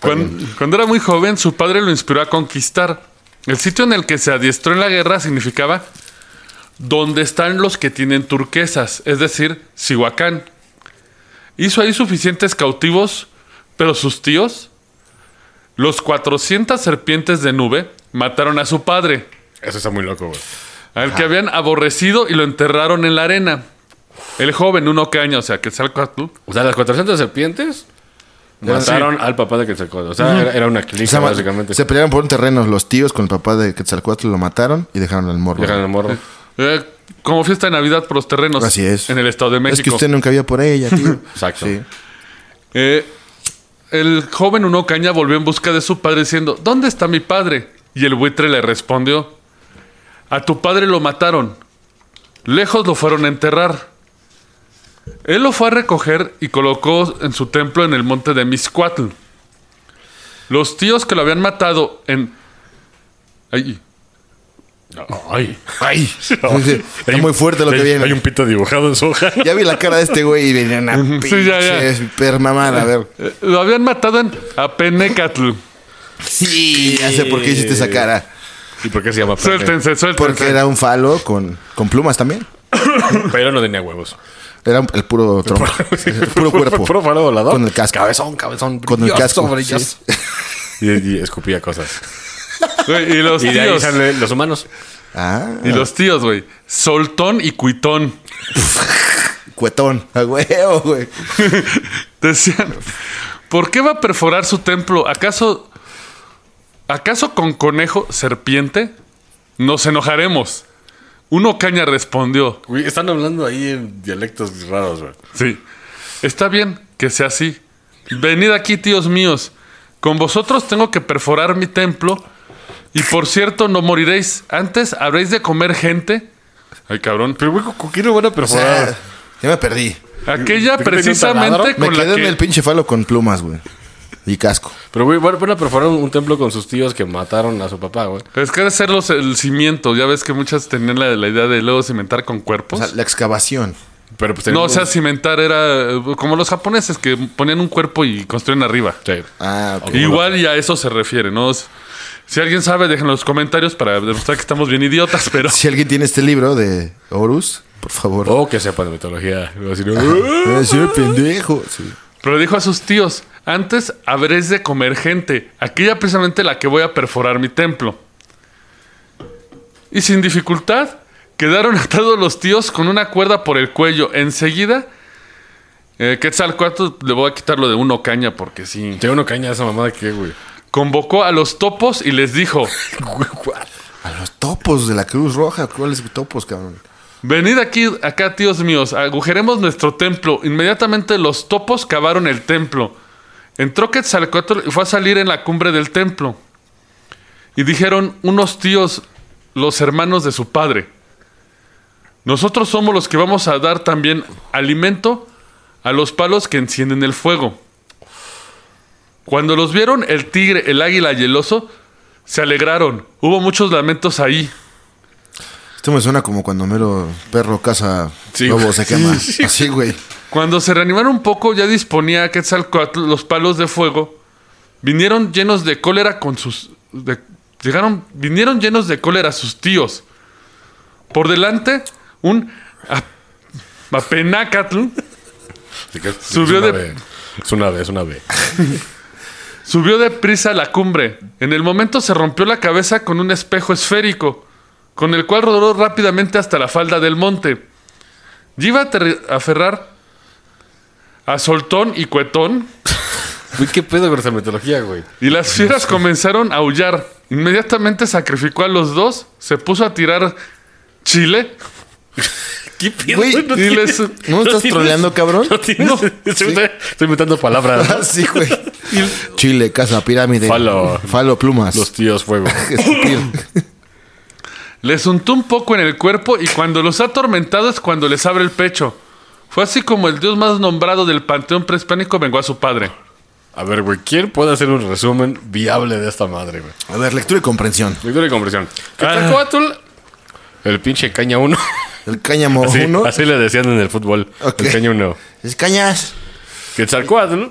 Speaker 2: Cuando, cuando era muy joven, su padre lo inspiró a conquistar. El sitio en el que se adiestró en la guerra significaba donde están los que tienen turquesas, es decir, Sihuacán. Hizo ahí suficientes cautivos, pero sus tíos, los 400 serpientes de nube, mataron a su padre,
Speaker 3: Eso está muy loco, güey.
Speaker 2: al que habían aborrecido y lo enterraron en la arena. El joven, uno que año, o sea, que Quetzalcóatl,
Speaker 5: O sea, las 400 serpientes mataron al papá de Quetzalcóatl. O sea, era, era una
Speaker 4: O
Speaker 5: clica,
Speaker 4: sea, ma-
Speaker 5: básicamente.
Speaker 4: se pelearon por un terreno los tíos con el papá de Quetzalcoatl, lo mataron y dejaron al morro.
Speaker 5: Dejan el morro.
Speaker 2: eh, como fiesta de Navidad por los terrenos
Speaker 4: Así es.
Speaker 2: en el Estado de México.
Speaker 4: Es que usted nunca vio por ella, tío.
Speaker 5: Exacto.
Speaker 4: Sí.
Speaker 2: Eh, el joven Uno Caña volvió en busca de su padre diciendo, ¿dónde está mi padre? Y el buitre le respondió, a tu padre lo mataron. Lejos lo fueron a enterrar. Él lo fue a recoger y colocó en su templo en el monte de Miscuatl. Los tíos que lo habían matado en... Ay,
Speaker 3: Ay.
Speaker 4: Ay, está muy fuerte lo que
Speaker 3: hay,
Speaker 4: viene.
Speaker 3: Hay un pito dibujado en su hoja.
Speaker 4: Ya vi la cara de este güey y venía una pinche
Speaker 2: Sí, ya, ya.
Speaker 4: supermamada, A ver.
Speaker 2: eh, lo habían matado en Apenecatl.
Speaker 4: Sí, ya sé por qué hiciste esa cara.
Speaker 3: ¿Y por qué se llama pene?
Speaker 2: Suéltense,
Speaker 4: Porque
Speaker 2: suéltense.
Speaker 4: era un falo con, con plumas también.
Speaker 3: Pero no tenía huevos.
Speaker 4: Era un- el puro tronco. el puro cuerpo.
Speaker 3: Puro faro volador.
Speaker 4: Con el casco.
Speaker 5: Cabezón, cabezón.
Speaker 4: Con el
Speaker 5: brilloso,
Speaker 4: casco,
Speaker 5: brilloso.
Speaker 3: Y, y escupía cosas.
Speaker 2: Güey, Y los
Speaker 5: Y de ahí
Speaker 2: tíos...
Speaker 5: salen los humanos.
Speaker 4: Ah,
Speaker 2: Y los tíos, güey. Soltón y Cuitón.
Speaker 4: cuetón. A huevo, güey.
Speaker 2: Decían, ¿por qué va a perforar su templo? ¿Acaso, acaso con conejo serpiente? Nos enojaremos. Uno caña respondió,
Speaker 3: Güey, están hablando ahí en dialectos raros, güey.
Speaker 2: sí, está bien que sea así. Venid aquí, tíos míos. Con vosotros tengo que perforar mi templo. Y por cierto, no moriréis. Antes habréis de comer gente. Ay, cabrón.
Speaker 3: Pero, güey, ¿con quién lo van a
Speaker 4: O sea,
Speaker 3: perforar?
Speaker 4: ya me perdí.
Speaker 2: Aquella
Speaker 3: ¿Pero que tenía un
Speaker 2: precisamente
Speaker 3: taladro?
Speaker 4: Me
Speaker 2: con la
Speaker 4: quedé en
Speaker 2: que...
Speaker 4: el pinche falo con plumas, güey. Y casco.
Speaker 5: Pero, güey, van van a perforar un, un templo con sus tíos que mataron a su papá, güey.
Speaker 2: Es que ha de ser los, el cimiento. Ya ves que muchas tenían la, la idea de luego cimentar con
Speaker 4: O
Speaker 2: cuerpos.
Speaker 4: sea, la excavación.
Speaker 3: Pero pues
Speaker 2: no,
Speaker 3: tenemos-
Speaker 2: o sea, cimentar era eh, como los japoneses que ponían un cuerpo y construían arriba.
Speaker 5: Sí.
Speaker 4: Ah, ok.
Speaker 2: Igual y a eso se refiere, ¿no? S- Si alguien sabe, déjenlo en los comentarios para demostrar que estamos bien idiotas, pero...
Speaker 4: Si alguien tiene este libro de Horus, por favor.
Speaker 3: Oh.
Speaker 5: O que sepan de mitología. Luego, si no,
Speaker 4: Me va a decir, pendejo. Sí.
Speaker 2: Pero dijo a sus tíos, antes habréis de comer gente, aquella precisamente la que voy a perforar mi templo. Y sin dificultad, quedaron atados los tíos con una cuerda por el cuello. Enseguida, eh, Quetzalcóatl, le voy a quitar lo de uno caña porque sí.
Speaker 5: Tengo una caña esa mamada que, güey.
Speaker 2: Convocó a los topos y les dijo,
Speaker 4: A los topos de la Cruz Roja. ¿Cuáles topos, cabrón?
Speaker 2: venid aquí, acá tíos míos, agujeremos nuestro templo. Inmediatamente los topos cavaron el templo. Entró Quetzalcóatl y fue a salir en la cumbre del templo. Y dijeron unos tíos, los hermanos de su padre, nosotros somos los que vamos a dar también alimento a los palos que encienden el fuego. Cuando los vieron el tigre, el águila y el oso, se alegraron. Hubo muchos lamentos ahí.
Speaker 4: Esto me suena como cuando mero perro caza
Speaker 3: Sí,
Speaker 4: lobo
Speaker 3: güey.
Speaker 4: se quema. Así, güey.
Speaker 2: Cuando se reanimaron un poco, ya disponía Quetzalcoatl los palos de fuego Vinieron llenos de cólera con sus. de- llegaron. Vinieron llenos de cólera sus tíos. Por delante, un ap- apenacatl
Speaker 3: Así que-
Speaker 2: Subió
Speaker 3: es una
Speaker 2: de-
Speaker 3: B. Es una B, es una B.
Speaker 2: Subió deprisa a la cumbre. En el momento se rompió la cabeza con un espejo esférico, con el cual rodó rápidamente hasta la falda del monte. Y iba a aterri- a aferrar a Soltón y Cuetón,
Speaker 3: Uy, qué pedo con esa mitología, güey.
Speaker 2: y las fieras comenzaron a aullar. Inmediatamente sacrificó a los dos, se puso a tirar chile.
Speaker 3: ¿Qué pedo?
Speaker 4: Güey,
Speaker 3: no
Speaker 2: y
Speaker 3: tienes-
Speaker 2: les- ¿no
Speaker 4: estás
Speaker 3: tienes-
Speaker 4: troleando, cabrón?
Speaker 3: No tienes-
Speaker 2: No.
Speaker 3: Estoy estoy inventando palabras. ¿no?
Speaker 4: Ah, sí, güey. Chile, casa, pirámide.
Speaker 3: Falo.
Speaker 4: Falo, plumas.
Speaker 3: Los tíos fuego.
Speaker 4: Escupir.
Speaker 2: Les untó un poco en el cuerpo y cuando los ha atormentado es cuando les abre el pecho. Fue así como el dios más nombrado del panteón prehispánico vengó a su padre.
Speaker 3: A ver, güey, ¿quién puede hacer un resumen viable de esta madre, güey?
Speaker 4: A ver, lectura y comprensión.
Speaker 3: Lectura y compresión.
Speaker 2: Ah.
Speaker 4: Ah.
Speaker 3: Quetzalcóatl, el pinche caña 1.
Speaker 4: El cáñamo
Speaker 3: Así,
Speaker 4: uno.
Speaker 3: así le decían en el fútbol.
Speaker 4: Ok.
Speaker 3: El caña 1.
Speaker 4: Es cañas.
Speaker 3: Quetzalcóatl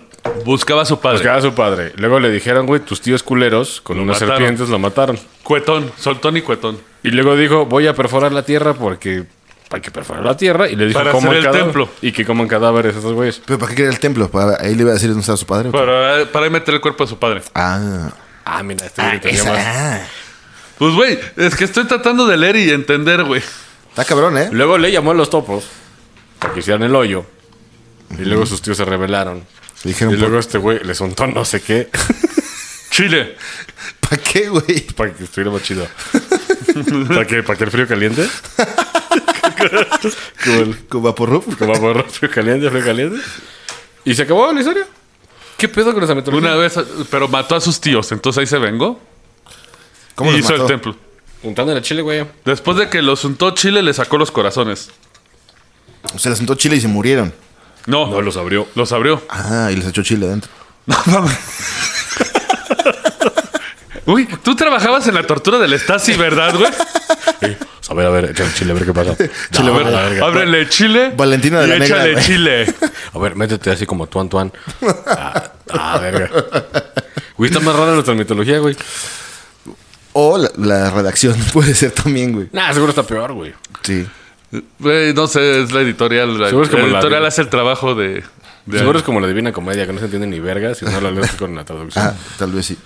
Speaker 2: Buscaba a su padre.
Speaker 3: buscaba a su padre. Luego le dijeron, güey, tus tíos culeros con unas
Speaker 2: mataron.
Speaker 3: serpientes lo mataron.
Speaker 2: Cuetón, soltón y cuetón.
Speaker 3: Y luego dijo, voy a perforar la tierra porque hay que perforar la tierra. Y le dijo,
Speaker 2: Para
Speaker 3: coman
Speaker 2: hacer el
Speaker 3: cadáver-
Speaker 2: templo.
Speaker 3: Y que coman cadáveres esos güeyes.
Speaker 4: ¿Pero para qué quería el templo? ¿Para, ahí le iba a decir dónde estaba su padre. o qué?
Speaker 2: Para, para meter el cuerpo de su padre.
Speaker 4: Ah,
Speaker 3: Ah, mira, este
Speaker 4: ah,
Speaker 3: güey tenía más.
Speaker 4: esa. ah.
Speaker 2: Pues, güey, es que estoy tratando de leer y entender, güey.
Speaker 4: Está cabrón, ¿eh?
Speaker 3: Luego le llamó a los topos para que hicieran el hoyo. Y luego sus tíos se rebelaron.
Speaker 4: Le
Speaker 3: Y
Speaker 4: dijeron,
Speaker 3: luego este güey le soltó no sé qué
Speaker 2: Chile.
Speaker 4: ¿para qué, güey?
Speaker 3: para que estuviera más chido. ¿Para que ¿Para que el frío caliente? Como el-
Speaker 4: ¿Con pues, vaporrup?
Speaker 3: como borrar frío caliente, frío caliente. Y se acabó la historia. ¿Qué pedo con esa metodología?
Speaker 2: Una vez, pero mató a sus tíos, entonces ahí se vengó.
Speaker 4: ¿Cómo
Speaker 2: y
Speaker 4: los
Speaker 2: hizo
Speaker 4: mató?
Speaker 2: el templo.
Speaker 3: Untando la chile, güey.
Speaker 2: Después de que los untó Chile, le sacó los corazones.
Speaker 4: Se les sentó chile y se murieron.
Speaker 2: No,
Speaker 3: No, los abrió.
Speaker 2: los abrió.
Speaker 4: Ah, y les echó chile adentro.
Speaker 2: Uy, tú trabajabas en la tortura del Stasi, ¿verdad, güey?
Speaker 3: Sí. A ver, a ver, echa el chile, a ver qué pasa.
Speaker 4: Chile,
Speaker 3: No,
Speaker 4: a ver,
Speaker 3: la verga.
Speaker 2: Ábrele chile.
Speaker 4: Valentina de
Speaker 2: y
Speaker 4: la Negra,
Speaker 2: échale
Speaker 4: güey.
Speaker 2: chile.
Speaker 3: A ver, métete así como tuan tuan. Ah, ah, verga. Güey, está más rara nuestra mitología, güey.
Speaker 4: O la, la redacción puede ser también, güey.
Speaker 3: Nah, seguro está peor, güey.
Speaker 4: Sí.
Speaker 2: Güey, no sé, es la editorial. La,
Speaker 3: Seguro es como la
Speaker 2: editorial
Speaker 3: Biblia.
Speaker 2: hace el trabajo de. de-
Speaker 3: Seguro es como la divina comedia, que no se entiende ni verga si no la lees con la traducción.
Speaker 4: Ah, tal vez sí.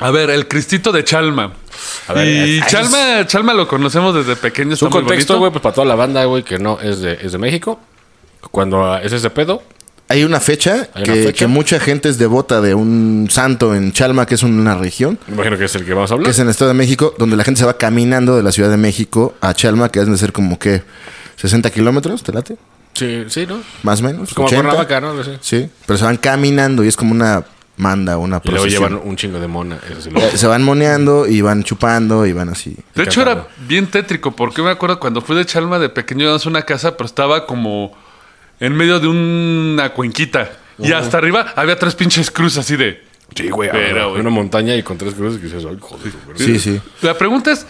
Speaker 2: A ver, el Cristito de Chalma.
Speaker 3: A ver,
Speaker 2: y
Speaker 3: es-
Speaker 2: Chalma, Chalma lo conocemos desde pequeño.
Speaker 3: Su
Speaker 2: está muy
Speaker 3: contexto, güey,
Speaker 2: bonito.
Speaker 3: pues para toda la banda, güey, que no es de, es de México. Cuando ah, es ese pedo,
Speaker 4: Hay una fecha,
Speaker 3: Hay
Speaker 4: que,
Speaker 3: una fecha.
Speaker 4: que mucha gente es devota de un santo en Chalma, que es una región,
Speaker 3: me imagino que es el que vamos a
Speaker 4: que
Speaker 3: hablar.
Speaker 4: es en el Estado de México, donde la gente se va caminando de la Ciudad de México a Chalma, que han de ser como que 60 kilómetros, ¿te late?
Speaker 3: Sí, sí, ¿no? Pues,
Speaker 4: Más o menos.
Speaker 3: Como
Speaker 4: 80.
Speaker 3: Cuernavaca, ¿no? Sí.
Speaker 4: Sí, pero se van caminando y es como una manda, una
Speaker 3: Y luego
Speaker 4: procesión.
Speaker 3: llevan un chingo de mona. Eso sí lo-
Speaker 4: Eh, Se van moneando y van chupando y van así.
Speaker 2: De hecho, era
Speaker 3: Encantado.
Speaker 2: bien tétrico, porque me acuerdo cuando fui de Chalma de pequeño, íbamos a una casa, pero estaba como en medio de una cuenquita. Y hasta arriba había tres pinches cruces así de.
Speaker 3: Sí, güey.
Speaker 2: Pero,
Speaker 3: ahora,
Speaker 2: güey.
Speaker 3: Una montaña y con tres cruces que dices, ay, joder, güey.
Speaker 4: Sí, sí.
Speaker 2: La pregunta es: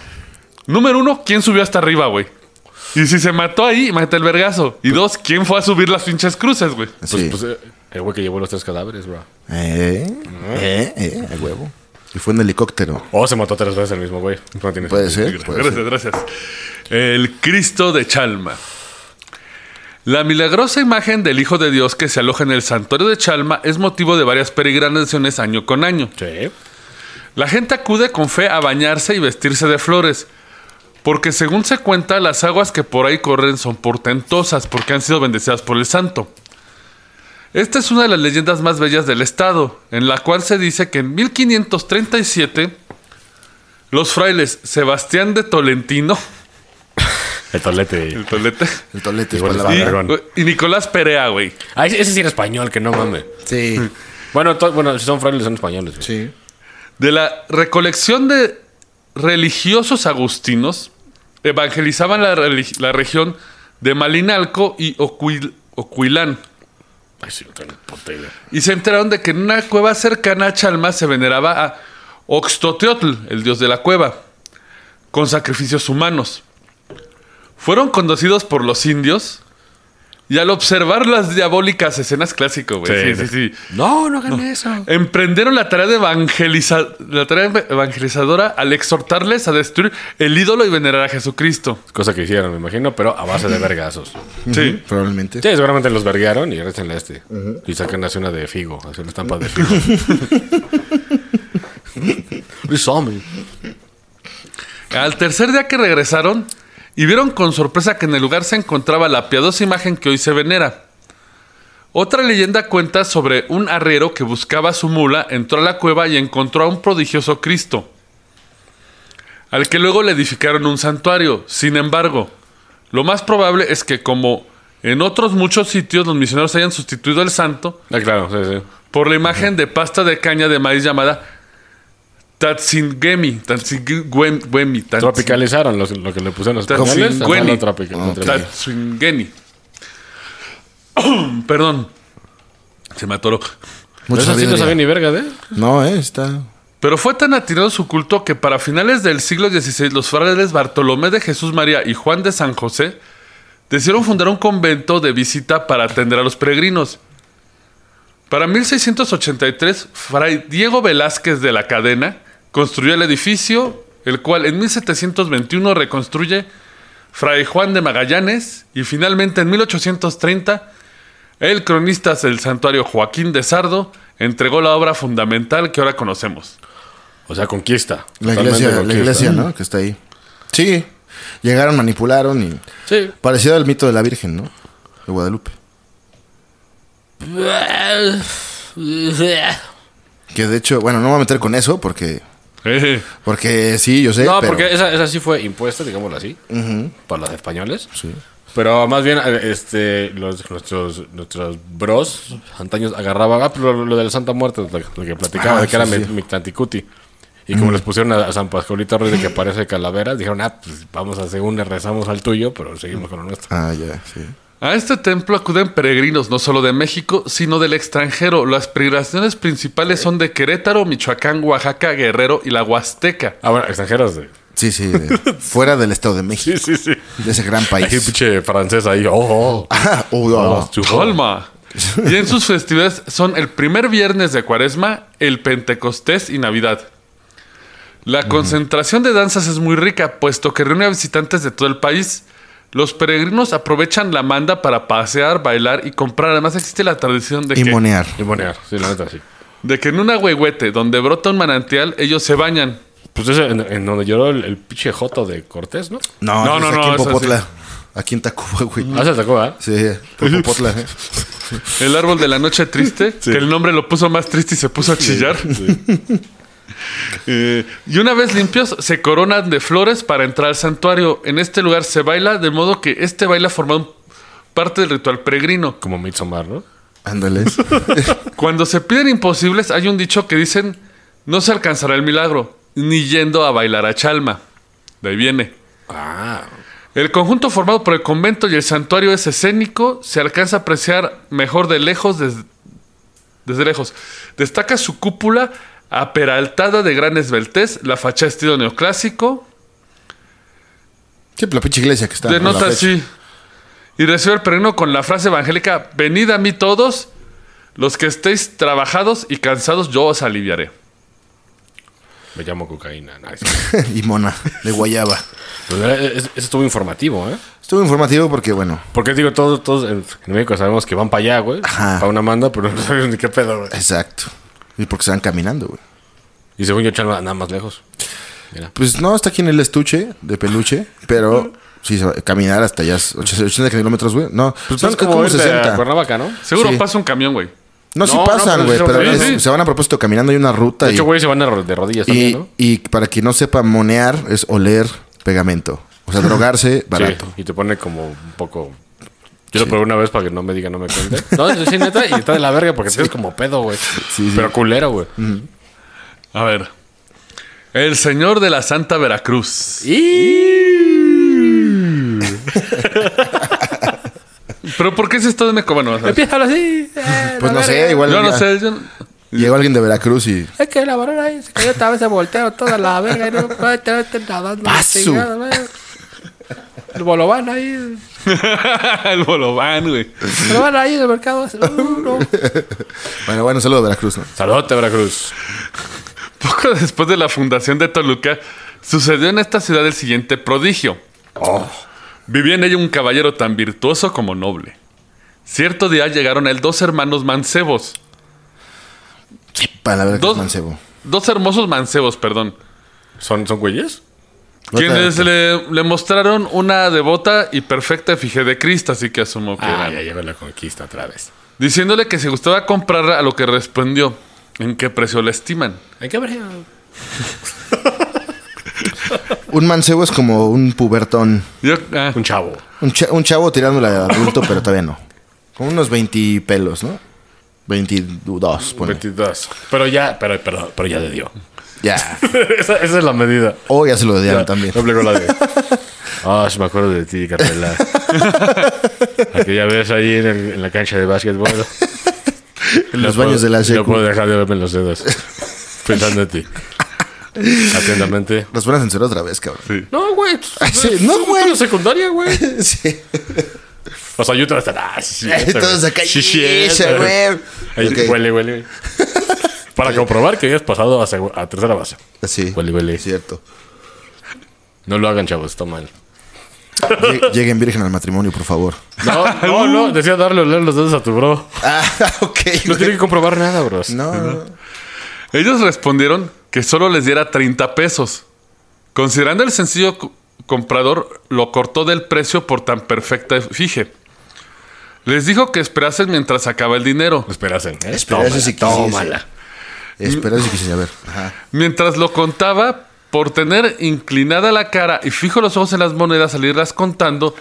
Speaker 2: número uno, ¿quién subió hasta arriba, güey? Y si se mató ahí, imagínate el vergazo. Y dos, ¿quién fue a subir las pinches cruces, güey?
Speaker 3: Pues,
Speaker 4: Sí.
Speaker 3: pues, eh, el güey que llevó los tres cadáveres, bro.
Speaker 4: Eh, eh, eh, a huevo. Y fue en helicóptero.
Speaker 3: O se mató tres veces el mismo güey. No tiene
Speaker 4: Puede
Speaker 3: sentido.
Speaker 4: ser, puede
Speaker 2: Gracias,
Speaker 4: ser.
Speaker 2: gracias. El Cristo de Chalma. La milagrosa imagen del Hijo de Dios que se aloja en el santuario de Chalma es motivo de varias peregrinaciones año con año.
Speaker 3: Sí.
Speaker 2: La gente acude con fe a bañarse y vestirse de flores, porque según se cuenta, las aguas que por ahí corren son portentosas porque han sido bendecidas por el santo. Esta es una de las leyendas más bellas del estado, en la cual se dice que en 1537 los frailes Sebastián de Tolentino
Speaker 3: El tolete.
Speaker 2: el tolete.
Speaker 4: El tolete.
Speaker 3: Igual
Speaker 4: es
Speaker 3: Ah,
Speaker 2: Y,
Speaker 4: palabra.
Speaker 3: dragón.
Speaker 2: y Nicolás Perea, güey.
Speaker 3: Ah, ese, ese sí era español, que no mames.
Speaker 4: Sí.
Speaker 3: Bueno, to- bueno, si son frailes son españoles. güey.
Speaker 4: Sí.
Speaker 2: De la recolección de religiosos agustinos, evangelizaban la, relig- la región de Malinalco y Ocuil- Ocuilán.
Speaker 3: Ay, sí, no tengo puta idea.
Speaker 2: Y se enteraron de que en una cueva cercana a Chalma se veneraba a Oxtoteotl, el dios de la cueva, con sacrificios humanos. Fueron conducidos por los indios Y al observar las diabólicas escenas clásico,
Speaker 3: Pues
Speaker 2: güey.
Speaker 6: Sí.
Speaker 2: Sí, sí, sí.
Speaker 3: No, no Eh, hagan eso.
Speaker 2: Emprendieron la tarea, de evangeliza- la tarea evangelizadora al exhortarles a destruir el ídolo y venerar a Jesucristo.
Speaker 3: Cosa que hicieron, me imagino, pero a base de vergazos. Sí,
Speaker 2: Sí.
Speaker 4: Probablemente.
Speaker 3: seguramente los verguearon y ahora a este. Y sacan así una de figo, así una estampa de figo. Rizome.
Speaker 2: Al tercer día que regresaron y vieron con sorpresa que en el lugar se encontraba la piadosa imagen que hoy se venera. Otra leyenda cuenta sobre un arriero que buscaba su mula, entró a la cueva y encontró a un prodigioso Cristo, al que luego le edificaron un santuario. Sin embargo, lo más probable es que como en otros muchos sitios los misioneros hayan sustituido al santo
Speaker 3: Ah, claro, sí, sí.
Speaker 2: por la imagen de pasta de caña de maíz llamada Tatsingemi, Tatsingemi, Tatsingemi,
Speaker 3: Tropicalizaron los- lo que le pusieron los
Speaker 2: Tras-
Speaker 3: pañales.
Speaker 2: Güeni.
Speaker 3: ajá, lo tropical- lo tropical.
Speaker 2: Tatsingeni. Perdón. Se me atoró.
Speaker 3: Pero
Speaker 4: Muchos
Speaker 3: Eso sí no sabía ni verga, ¿eh?
Speaker 4: No, eh, está.
Speaker 2: Pero fue tan atinado su culto que para finales del siglo XVI los frailes Bartolomé de Jesús María y Juan de San José decidieron fundar un convento de visita para atender a los peregrinos. Para 1683, Fray Diego Velázquez de la Cadena construyó el edificio, el cual en 1721 reconstruye Fray Juan de Magallanes y finalmente en 1830 el cronista del santuario Joaquín de Sardo entregó la obra fundamental que ahora conocemos.
Speaker 3: O sea, conquista.
Speaker 4: La
Speaker 3: Totalmente
Speaker 4: iglesia, la
Speaker 3: conquista.
Speaker 4: iglesia, ¿no? Que está ahí. Sí. Llegaron, manipularon y.
Speaker 3: Sí.
Speaker 4: Parecido al mito de la Virgen, ¿no? De Guadalupe. Que de hecho, bueno, no me voy a meter con eso porque.
Speaker 2: Eh,
Speaker 4: Porque sí, yo sé.
Speaker 3: No,
Speaker 4: pero-
Speaker 3: porque esa, esa sí fue impuesta, digámoslo así, por los españoles. Pero más bien, eh, este, los, nuestros, nuestros bros antaños agarraban ah, pero lo, lo de la Santa Muerte, lo, lo que platicaba,
Speaker 4: Ah,
Speaker 3: de que era
Speaker 4: sí,
Speaker 3: mi-
Speaker 4: sí.
Speaker 3: Mictanticuti. Y como les pusieron a, a San Pascualito Ruiz de que aparece calavera, dijeron, ah, pues vamos a según le rezamos al tuyo, pero seguimos con lo nuestro.
Speaker 4: Ah, ya, sí.
Speaker 2: A este templo acuden peregrinos no solo de México, sino del extranjero. Las peregrinaciones principales son de Querétaro, Michoacán, Oaxaca, Guerrero y la Huasteca.
Speaker 3: Ah, bueno, extranjeros. de-
Speaker 4: Sí, sí. de- fuera del Estado de México.
Speaker 3: Sí, sí, sí.
Speaker 4: De ese gran
Speaker 3: Hay un
Speaker 4: país.
Speaker 3: pinche francés ahí, oh, oh.
Speaker 4: Ah, oh, no.
Speaker 2: Colma. Y en sus festividades son el primer viernes de Cuaresma, el Pentecostés y Navidad.
Speaker 4: Mm.
Speaker 2: La concentración de danzas es muy rica, puesto que reúne a visitantes de todo el país. Los peregrinos aprovechan la manda para pasear, bailar y comprar. Además existe la tradición de
Speaker 4: Y
Speaker 2: que...
Speaker 4: monear.
Speaker 3: Y monear, sí, la neta, sí.
Speaker 2: De que en una huehuete donde brota un manantial, ellos se bañan.
Speaker 3: Pues es en, en donde lloró el, el pinche Joto de Cortés, ¿no?
Speaker 4: No,
Speaker 2: No,
Speaker 4: no,
Speaker 2: no,
Speaker 4: Aquí
Speaker 2: no,
Speaker 4: en
Speaker 2: eso sí.
Speaker 4: Popotla. Aquí en Tacuba, güey.
Speaker 3: Ah, se atacó, ¿ah?
Speaker 4: Sí, por Popotla. eh.
Speaker 2: El árbol de la noche triste, que el nombre lo puso más triste y se puso a chillar. Eh, y una vez limpios, se coronan de flores para entrar al santuario. En este lugar se baila, de modo que este baila formando parte del ritual peregrino.
Speaker 3: Como Midsommar, ¿no?
Speaker 4: Ándale.
Speaker 2: Cuando se piden imposibles, hay un dicho que dicen: no se alcanzará el milagro, ni yendo a bailar a Chalma. De ahí viene.
Speaker 3: Ah,
Speaker 2: El conjunto formado por el convento y el santuario es escénico, se alcanza a apreciar mejor de lejos des- desde, lejos. Destaca su cúpula aperaltada de gran esbeltez, la fachada estilo neoclásico,
Speaker 4: Sí, pero la pinche iglesia que está.
Speaker 2: de
Speaker 4: por la
Speaker 2: nota
Speaker 4: fecha.
Speaker 2: así. Y recibe el pereno con la frase evangélica, venid a mí todos, los que estéis trabajados y cansados, yo os aliviaré.
Speaker 3: me llamo cocaína. Nice.
Speaker 4: y mona, de Guayaba.
Speaker 3: Pues, eh, es- eso estuvo informativo, ¿eh?
Speaker 4: Estuvo informativo porque, bueno,
Speaker 3: Porque digo, todos, todos en, en México sabemos que van para allá, güey.
Speaker 4: Ajá.
Speaker 3: Para una manda, pero no sabemos ni qué pedo, güey.
Speaker 4: exacto. Y porque se van caminando, güey.
Speaker 3: Y según yo, Chalma, nada más lejos.
Speaker 4: Pues no, está aquí en el estuche de peluche, pero sí, se va- caminar hasta allá es 80, 80 kilómetros, güey. No,
Speaker 3: Pues
Speaker 4: son
Speaker 3: es como, irte a Cuernavaca, ¿no?
Speaker 2: Seguro
Speaker 4: Sí.
Speaker 2: pasa un camión, güey.
Speaker 4: No, sí
Speaker 3: No, no, pero
Speaker 4: pasan, güey,
Speaker 3: sí,
Speaker 4: pero,
Speaker 3: sí,
Speaker 4: es-
Speaker 2: sí.
Speaker 4: se van a propósito caminando, hay una ruta.
Speaker 3: De hecho,
Speaker 4: y,
Speaker 3: güey, se van a ro- de rodillas
Speaker 4: y,
Speaker 3: también, ¿no?
Speaker 4: y para quien no sepa, monear es oler pegamento. O sea, drogarse barato.
Speaker 3: Sí, y te pone como un poco... Yo lo probé una vez para que no me diga, no me cuente. No, sí, sí, neta, y está de la verga porque tienes como pedo, güey.
Speaker 4: sí.
Speaker 3: Pero culero, güey.
Speaker 2: A ver. El señor de la Santa Veracruz. ¿Pero por qué ese estado de México? Bueno, o sea,
Speaker 3: Empieza así.
Speaker 7: "Eh,
Speaker 4: Pues no sé, igual
Speaker 2: yo no
Speaker 4: ya-
Speaker 2: sé. yo no-
Speaker 4: llegó alguien de Veracruz y...
Speaker 7: Es que la varona ahí se cayó otra vez, se voltearon toda la verga y no puede tener este nadando.
Speaker 4: ¡Paso!
Speaker 7: chingada, ¿no?
Speaker 5: El bolobán ahí.
Speaker 2: el bolobán, güey.
Speaker 5: Se lo van ahí del mercado. se lo- no.
Speaker 4: Bueno, bueno, saludo a Veracruz, ¿no?
Speaker 5: Saludote, Veracruz.
Speaker 2: Poco después de la fundación de Toluca, sucedió en esta ciudad el siguiente prodigio.
Speaker 4: Oh.
Speaker 2: Vivía en ella un caballero tan virtuoso como noble. Cierto día llegaron a él dos hermanos mancebos.
Speaker 4: Para la Veracruz
Speaker 2: Dos,
Speaker 4: Mancebo.
Speaker 2: dos hermosos mancebos, perdón.
Speaker 5: ¿Son, son güeyes?
Speaker 2: Quienes le, le mostraron una devota y perfecta efigie de Cristo, así que asumo que
Speaker 5: Ah,
Speaker 2: eran.
Speaker 5: ya llegó la conquista otra vez.
Speaker 2: Diciéndole que se gustaba comprarla, a lo que respondió: ¿En qué precio la estiman?
Speaker 5: ¿En qué precio?
Speaker 4: Un mancebo es como un pubertón.
Speaker 2: Yo, ah,
Speaker 5: Un chavo.
Speaker 4: Un, cha- un chavo tirándole a adulto, pero todavía no. Con unos 20 pelos, ¿no? 22, pone.
Speaker 5: 22. Pero ya, pero, pero, pero ya le dio.
Speaker 4: Ya.
Speaker 5: esa, esa es la medida.
Speaker 4: O ya se lo dieron también.
Speaker 5: No plegó la de. Ah, sí me acuerdo de ti, Carmela. Aquella vez ahí en, el- en la cancha de básquetbol.
Speaker 4: En los baños de la
Speaker 5: No
Speaker 4: secu.
Speaker 5: puedo dejar de verme los dedos. Pensando en ti. Atentamente.
Speaker 4: Nos van a censurar otra vez, cabrón.
Speaker 5: No, güey.
Speaker 4: sí, no,
Speaker 5: Fue
Speaker 4: güey.
Speaker 5: en la secundaria, güey.
Speaker 4: Sí.
Speaker 5: O sea, yo te Ah, sí, sí.
Speaker 4: Todos acá.
Speaker 5: Sí, sí,
Speaker 4: "Esa,
Speaker 5: esa, güey".
Speaker 4: güey.
Speaker 5: Ahí
Speaker 4: Ok.
Speaker 5: Huele, huele. Para comprobar que hayas pasado a, segu- a tercera base.
Speaker 4: Sí.
Speaker 5: Huele, huele.
Speaker 4: Cierto.
Speaker 5: No lo hagan, chavos, está mal.
Speaker 4: Lle- Lleguen virgen al matrimonio, por favor.
Speaker 5: No, no, no, decía darle a oler los dedos a tu bro.
Speaker 4: Ah, ok.
Speaker 5: No
Speaker 4: güey.
Speaker 5: tiene que comprobar nada, bros.
Speaker 4: No.
Speaker 2: Ellos respondieron que solo les diera 30 pesos. Considerando el sencillo c- comprador, lo cortó del precio por tan perfecta fije. Les dijo que esperasen mientras sacaba el dinero.
Speaker 5: Esperasen. ¿eh?
Speaker 4: Esperasen si
Speaker 5: Tómala,
Speaker 4: quisiese.
Speaker 5: tómala.
Speaker 4: Espera si quisiera ver. Ajá.
Speaker 2: Mientras lo contaba, por tener inclinada la cara y fijo los ojos en las monedas al irlas contando,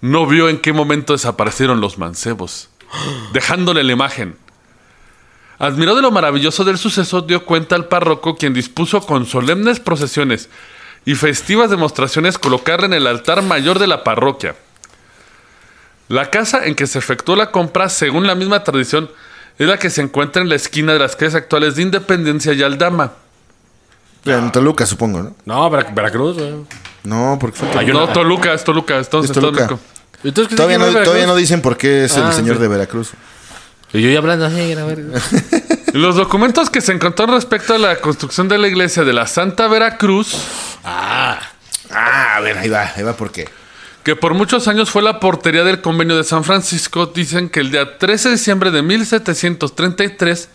Speaker 2: no vio en qué momento desaparecieron los mancebos, dejándole la imagen. Admiró de lo maravilloso del suceso, dio cuenta al párroco, quien dispuso con solemnes procesiones y festivas demostraciones colocarla en el altar mayor de la parroquia. La casa en que se efectuó la compra, según la misma tradición, es la que se encuentra en la esquina de las calles actuales de Independencia y Aldama.
Speaker 4: En Toluca, supongo, ¿no?
Speaker 5: No, Vera- Veracruz, güey.
Speaker 4: No, porque fue en Toluca.
Speaker 2: no, Toluca, es Toluca, entonces
Speaker 4: Es Toluca.
Speaker 2: Toluca.
Speaker 5: Entonces, ¿qué
Speaker 4: Todavía no,
Speaker 5: dije,
Speaker 4: todavía no
Speaker 5: Veracruz?
Speaker 4: dicen por qué es el
Speaker 5: Ah,
Speaker 4: señor
Speaker 5: sí.
Speaker 4: de Veracruz.
Speaker 5: Y yo ya hablando así, a ver.
Speaker 2: Los documentos que se encontraron respecto a la construcción de la iglesia de la Santa Veracruz,
Speaker 4: Ah, a ver, ahí va, ahí va por qué.
Speaker 2: que por muchos años fue la portería del convenio de San Francisco, dicen que el día 13 de diciembre de 1733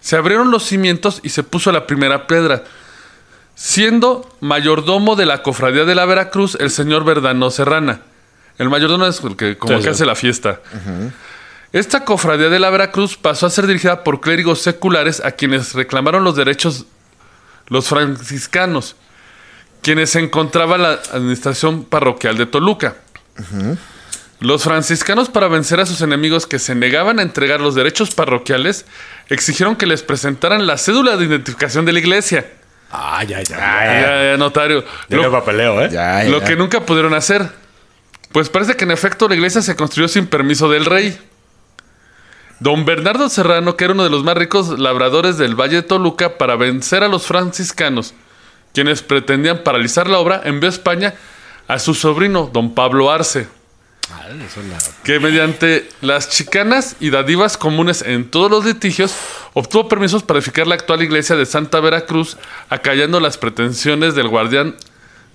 Speaker 2: se abrieron los cimientos y se puso la primera piedra, siendo mayordomo de la cofradía de la Veracruz el señor Verdano Serrana. El mayordomo es el que como
Speaker 5: Sí,
Speaker 2: que
Speaker 5: sí.
Speaker 2: hace la fiesta. Esta cofradía de la Veracruz pasó a ser dirigida por clérigos seculares a quienes reclamaron los derechos los franciscanos, quienes se encontraba la administración parroquial de Toluca. Los franciscanos, para vencer a sus enemigos que se negaban a entregar los derechos parroquiales, exigieron que les presentaran la cédula de identificación de la iglesia.
Speaker 5: Ah, ya, ya.
Speaker 2: Ya, ya, notario.
Speaker 5: Ya
Speaker 2: Lo-
Speaker 5: que papeleo, ¿eh?
Speaker 4: Ya, ya.
Speaker 2: lo que nunca pudieron hacer. Pues parece que en efecto la iglesia se construyó sin permiso del rey. Don Bernardo Serrano, que era uno de los más ricos labradores del Valle de Toluca, para vencer a los franciscanos, quienes pretendían paralizar la obra, envió a España a su sobrino, don Pablo Arce, que mediante las chicanas y dadivas comunes en todos los litigios, obtuvo permisos para edificar la actual iglesia de Santa Veracruz, acallando las pretensiones del guardián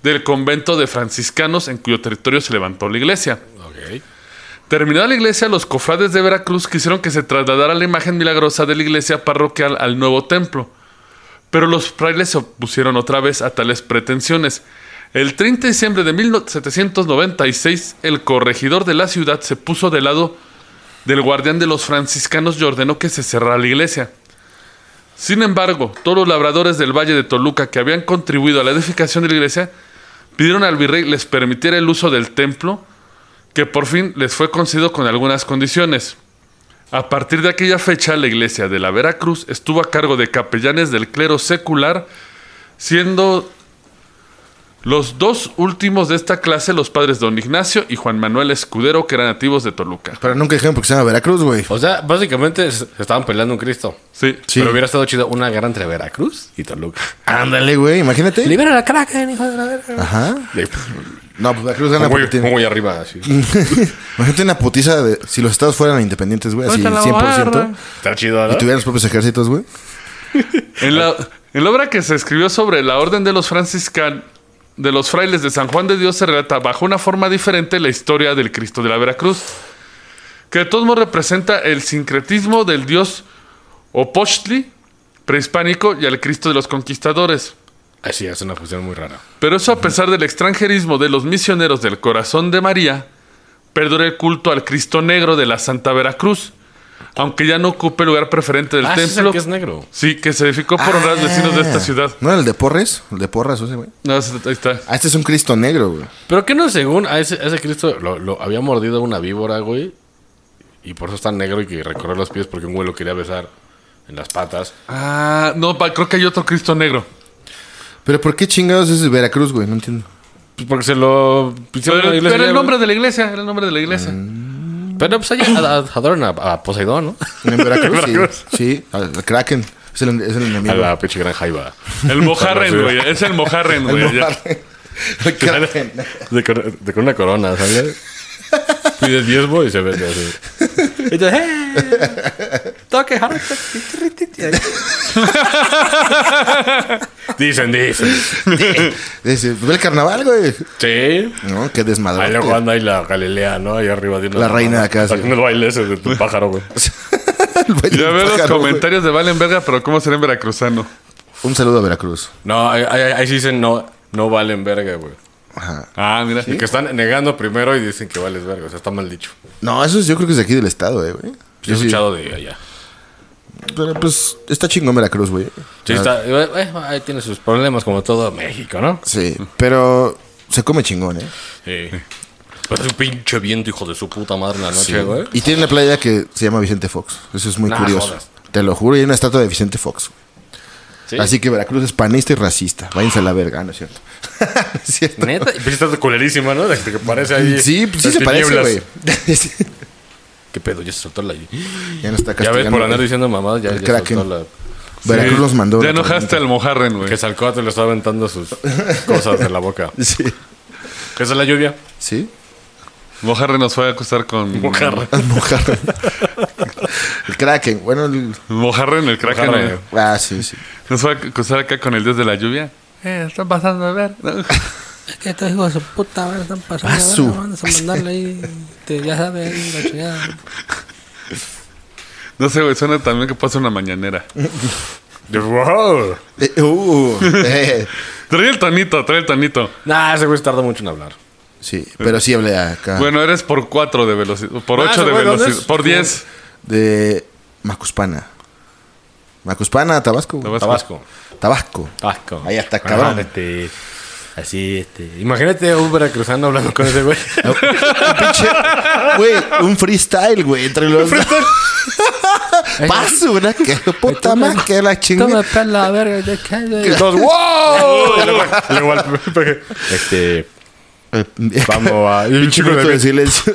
Speaker 2: del convento de franciscanos en cuyo territorio se levantó la iglesia.
Speaker 5: Ok.
Speaker 2: Terminada la iglesia, los cofrades de Veracruz quisieron que se trasladara la imagen milagrosa de la iglesia parroquial al nuevo templo, pero los frailes se opusieron otra vez a tales pretensiones. El 30 de diciembre de 1796, el corregidor de la ciudad se puso del lado del guardián de los franciscanos y ordenó que se cerrara la iglesia. Sin embargo, todos los labradores del Valle de Toluca que habían contribuido a la edificación de la iglesia pidieron al virrey les permitiera el uso del templo, que por fin les fue concedido con algunas condiciones. A partir de aquella fecha, la iglesia de la Veracruz estuvo a cargo de capellanes del clero secular, siendo Los dos últimos de esta clase, los padres don Ignacio y Juan Manuel Escudero, que eran nativos de Toluca.
Speaker 4: Pero nunca dijeron porque se llama Veracruz, güey.
Speaker 3: O sea, básicamente se se estaban peleando un Cristo.
Speaker 2: Sí.
Speaker 4: Sí.
Speaker 3: Pero hubiera estado chido una guerra entre Veracruz y Toluca.
Speaker 4: Ándale, güey, imagínate.
Speaker 3: Libera la Kraken, hijo de la verga.
Speaker 4: Ajá.
Speaker 3: Y ahí,
Speaker 4: No, pues Veracruz gana
Speaker 3: Un güey,
Speaker 4: porque tiene-
Speaker 3: un güey arriba, así.
Speaker 4: Imagínate una putiza de si los estados fueran independientes, güey, así
Speaker 2: Ahorita la
Speaker 4: 100%.
Speaker 2: barra.
Speaker 3: Está chido,
Speaker 4: Y
Speaker 3: ¿no?
Speaker 4: tuvieran los propios ejércitos, güey.
Speaker 2: En la, en la obra que se escribió sobre la orden de los franciscan de los frailes de San Juan de Dios se relata bajo una forma diferente la historia del Cristo de la Veracruz, que de todos modos representa el sincretismo del dios Opochtli prehispánico y al Cristo de los conquistadores.
Speaker 3: Así Ah, es una fusión muy rara.
Speaker 2: Pero eso a pesar del extranjerismo de los misioneros del corazón de María, perdura el culto al Cristo negro de la Santa Veracruz, aunque ya no ocupe el lugar preferente del
Speaker 3: Ah, sí, es
Speaker 2: templo.
Speaker 3: el que es negro. Ah.
Speaker 2: Sí, que se edificó por honrar a los vecinos de esta ciudad.
Speaker 4: Ah. ¿No era el de Porres? El de Porras, ese, güey.
Speaker 2: No, es- ahí está.
Speaker 4: Ah, este es un Cristo negro, güey.
Speaker 3: Pero que no, según a ese, a ese Cristo lo, lo había mordido una víbora, güey. Y por eso está negro y que recorrer los pies porque un güey lo quería besar en las patas.
Speaker 2: Ah, no, pa- creo que hay otro Cristo negro.
Speaker 4: Pero ¿por qué chingados es Veracruz, güey? No entiendo.
Speaker 3: Pues porque se lo
Speaker 2: Pero,
Speaker 3: pusieron en la iglesia.
Speaker 2: pero
Speaker 3: ya,
Speaker 2: el nombre
Speaker 3: güey.
Speaker 2: de la iglesia, era el nombre de la iglesia.
Speaker 3: Pero pues allá ad- adoran a, a Poseidón, ¿no?
Speaker 4: En Veracruz, sí. Sí, al, al Kraken. Es el, es el enemigo.
Speaker 3: A la pinche gran jaiba.
Speaker 2: El Mojarren, güey. Es el Mojarren, güey. allá.
Speaker 4: El Kraken.
Speaker 3: De, cor- de con una corona, ¿sabes? Pides diezmo y se vende así.
Speaker 7: "Eh, Toque, Harry.
Speaker 3: Dicen, dicen.
Speaker 4: Dice, ve el carnaval, güey.
Speaker 3: Sí.
Speaker 4: No, qué
Speaker 3: Ahí
Speaker 4: desmadre.
Speaker 3: luego anda ahí la Galilea, ¿no? Ahí arriba de una...
Speaker 4: La reina de acá, sí.
Speaker 3: Haciendo el baile ese de tu pájaro, güey.
Speaker 2: Ya veo los comentarios de Valen Verga, pero ¿cómo será en veracruzano?
Speaker 4: Un saludo a Veracruz.
Speaker 3: No, ahí, ahí- ahí sí dicen no, no valen verga, güey.
Speaker 4: Ajá.
Speaker 2: Ah, mira.
Speaker 3: Que están negando primero y dicen que vales verga. O sea, está mal dicho.
Speaker 4: No, eso es- yo creo que es de aquí del estado, eh, güey.
Speaker 3: Yo he escuchado de allá.
Speaker 4: Pero pues está chingón Veracruz, güey.
Speaker 3: Sí, está, eh, eh, ahí tiene sus problemas como todo México, ¿no?
Speaker 4: Sí, pero se come chingón, eh.
Speaker 3: Sí. Pero Pues es un pinche viento, hijo de su puta madre, en la noche, güey.
Speaker 4: Y tiene una playa que se llama Vicente Fox. Eso es muy
Speaker 3: Nah,
Speaker 4: curioso.
Speaker 3: jodas.
Speaker 4: Te lo juro, y hay una estatua de Vicente Fox.
Speaker 3: Sí.
Speaker 4: Así que Veracruz es panista y racista. Váyanse a la verga, Ah, ¿no es cierto? ¿No es cierto.
Speaker 3: Neta. Pues está culerísima, ¿no? De que parece ahí.
Speaker 4: Sí, pues, sí
Speaker 3: las
Speaker 4: se parece,
Speaker 3: tinieblas.
Speaker 4: güey.
Speaker 3: ¿Qué pedo? Ya se soltó la.
Speaker 4: ya no está
Speaker 3: Ya ves, por
Speaker 4: castigando,
Speaker 3: andar
Speaker 4: güey.
Speaker 3: diciendo mamadas, ya,
Speaker 4: El
Speaker 3: ya
Speaker 4: Kraken.
Speaker 3: soltó la.
Speaker 4: Veracruz los mandó.
Speaker 2: Ya
Speaker 4: la
Speaker 2: enojaste al Mojarren, güey.
Speaker 3: Que Salcote le está aventando sus cosas de la boca.
Speaker 4: tormenta. Sí.
Speaker 3: ¿Qué es la lluvia?
Speaker 4: Sí.
Speaker 2: Mojarren nos fue a acostar con.
Speaker 3: Mojarra.
Speaker 4: Al Mojarra. el Kraken. Bueno, el-
Speaker 2: Mojarren, el crack.
Speaker 3: Mojarren,
Speaker 2: ¿no?
Speaker 3: güey.
Speaker 4: ah, sí, sí.
Speaker 2: Nos fue a acostar acá con el dios de la lluvia. Eh, están pasando a ver. ¿no?
Speaker 7: Estos hijos de su puta, a ver, están pasando.
Speaker 4: Ah, su-
Speaker 7: verga, Vamos a mandarle ahí. Te, ya sabes, ahí la chingada.
Speaker 2: No sé, güey. Suena también que pasa una mañanera.
Speaker 3: ¡Wow!
Speaker 4: Eh, uh, eh.
Speaker 2: Trae el tonito, trae el tonito.
Speaker 3: Nah, ese güey se tarda mucho en hablar.
Speaker 4: Sí, pero sí hablé acá.
Speaker 2: Bueno, eres por cuatro de velocidad. Por
Speaker 3: Ah,
Speaker 2: ocho
Speaker 3: ese
Speaker 2: de
Speaker 3: güey, ¿dónde es?
Speaker 2: velocidad. Por diez.
Speaker 4: De Macuspana. Macuspana, Tabasco. güey.
Speaker 3: Tabasco.
Speaker 4: Tabasco.
Speaker 3: Tabasco.
Speaker 4: Ahí está, cabrón.
Speaker 3: Ajá, este, Ah, así, este. Imagínate a un veracruzano hablando con ese güey.
Speaker 4: Un pinche- Güey, un freestyle, güey. Entre los. Paso, una que puta más que la
Speaker 7: Toma,
Speaker 4: chingada.
Speaker 7: pela, la verga. Ya, cállate.
Speaker 3: Todos, ¡wow! Y luego- y luego al- este. Vamos a. Y un
Speaker 4: Pinche
Speaker 3: chico
Speaker 4: minuto de
Speaker 3: de.
Speaker 4: silencio.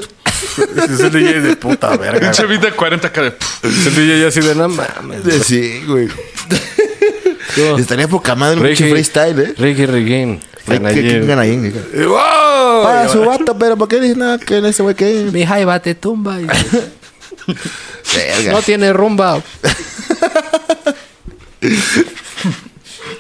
Speaker 3: Es el DJ de puta verga.
Speaker 2: Un chavita de 40 k de.
Speaker 3: Es el DJ así de no mames.
Speaker 4: Sí, güey. Estaría poca madre un pinche freestyle, eh.
Speaker 3: Ricky Regain.
Speaker 4: Ganan ahí, güey.
Speaker 3: ¡Wow!
Speaker 4: Para su vato, pero ¿por qué dices nada que en ese güey que
Speaker 7: Mi jaiba te tumba. y-
Speaker 4: Verga.
Speaker 7: no tiene rumba.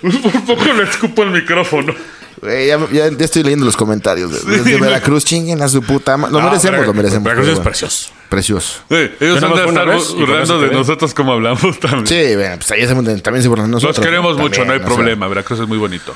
Speaker 2: Por poco le escupo el micrófono.
Speaker 4: Güey, ya, ya- ya estoy leyendo los comentarios. de- Desde Veracruz, chinguen a su puta ma- Lo merecemos, lo merecemos.
Speaker 3: Veracruz
Speaker 4: pero
Speaker 3: es
Speaker 4: bueno.
Speaker 3: precioso.
Speaker 4: Precioso.
Speaker 2: Eh, ellos
Speaker 3: Yo
Speaker 2: van a
Speaker 3: nada más fue una
Speaker 2: estar
Speaker 3: vez y con eso
Speaker 2: burlando
Speaker 3: quedé.
Speaker 2: de nosotros como hablamos también.
Speaker 4: Sí, bueno, pues ahí se- también se burlan de
Speaker 2: Los
Speaker 4: nosotros.
Speaker 2: queremos
Speaker 4: También,
Speaker 2: mucho, no hay
Speaker 4: o sea,
Speaker 2: problema. Veracruz es muy bonito.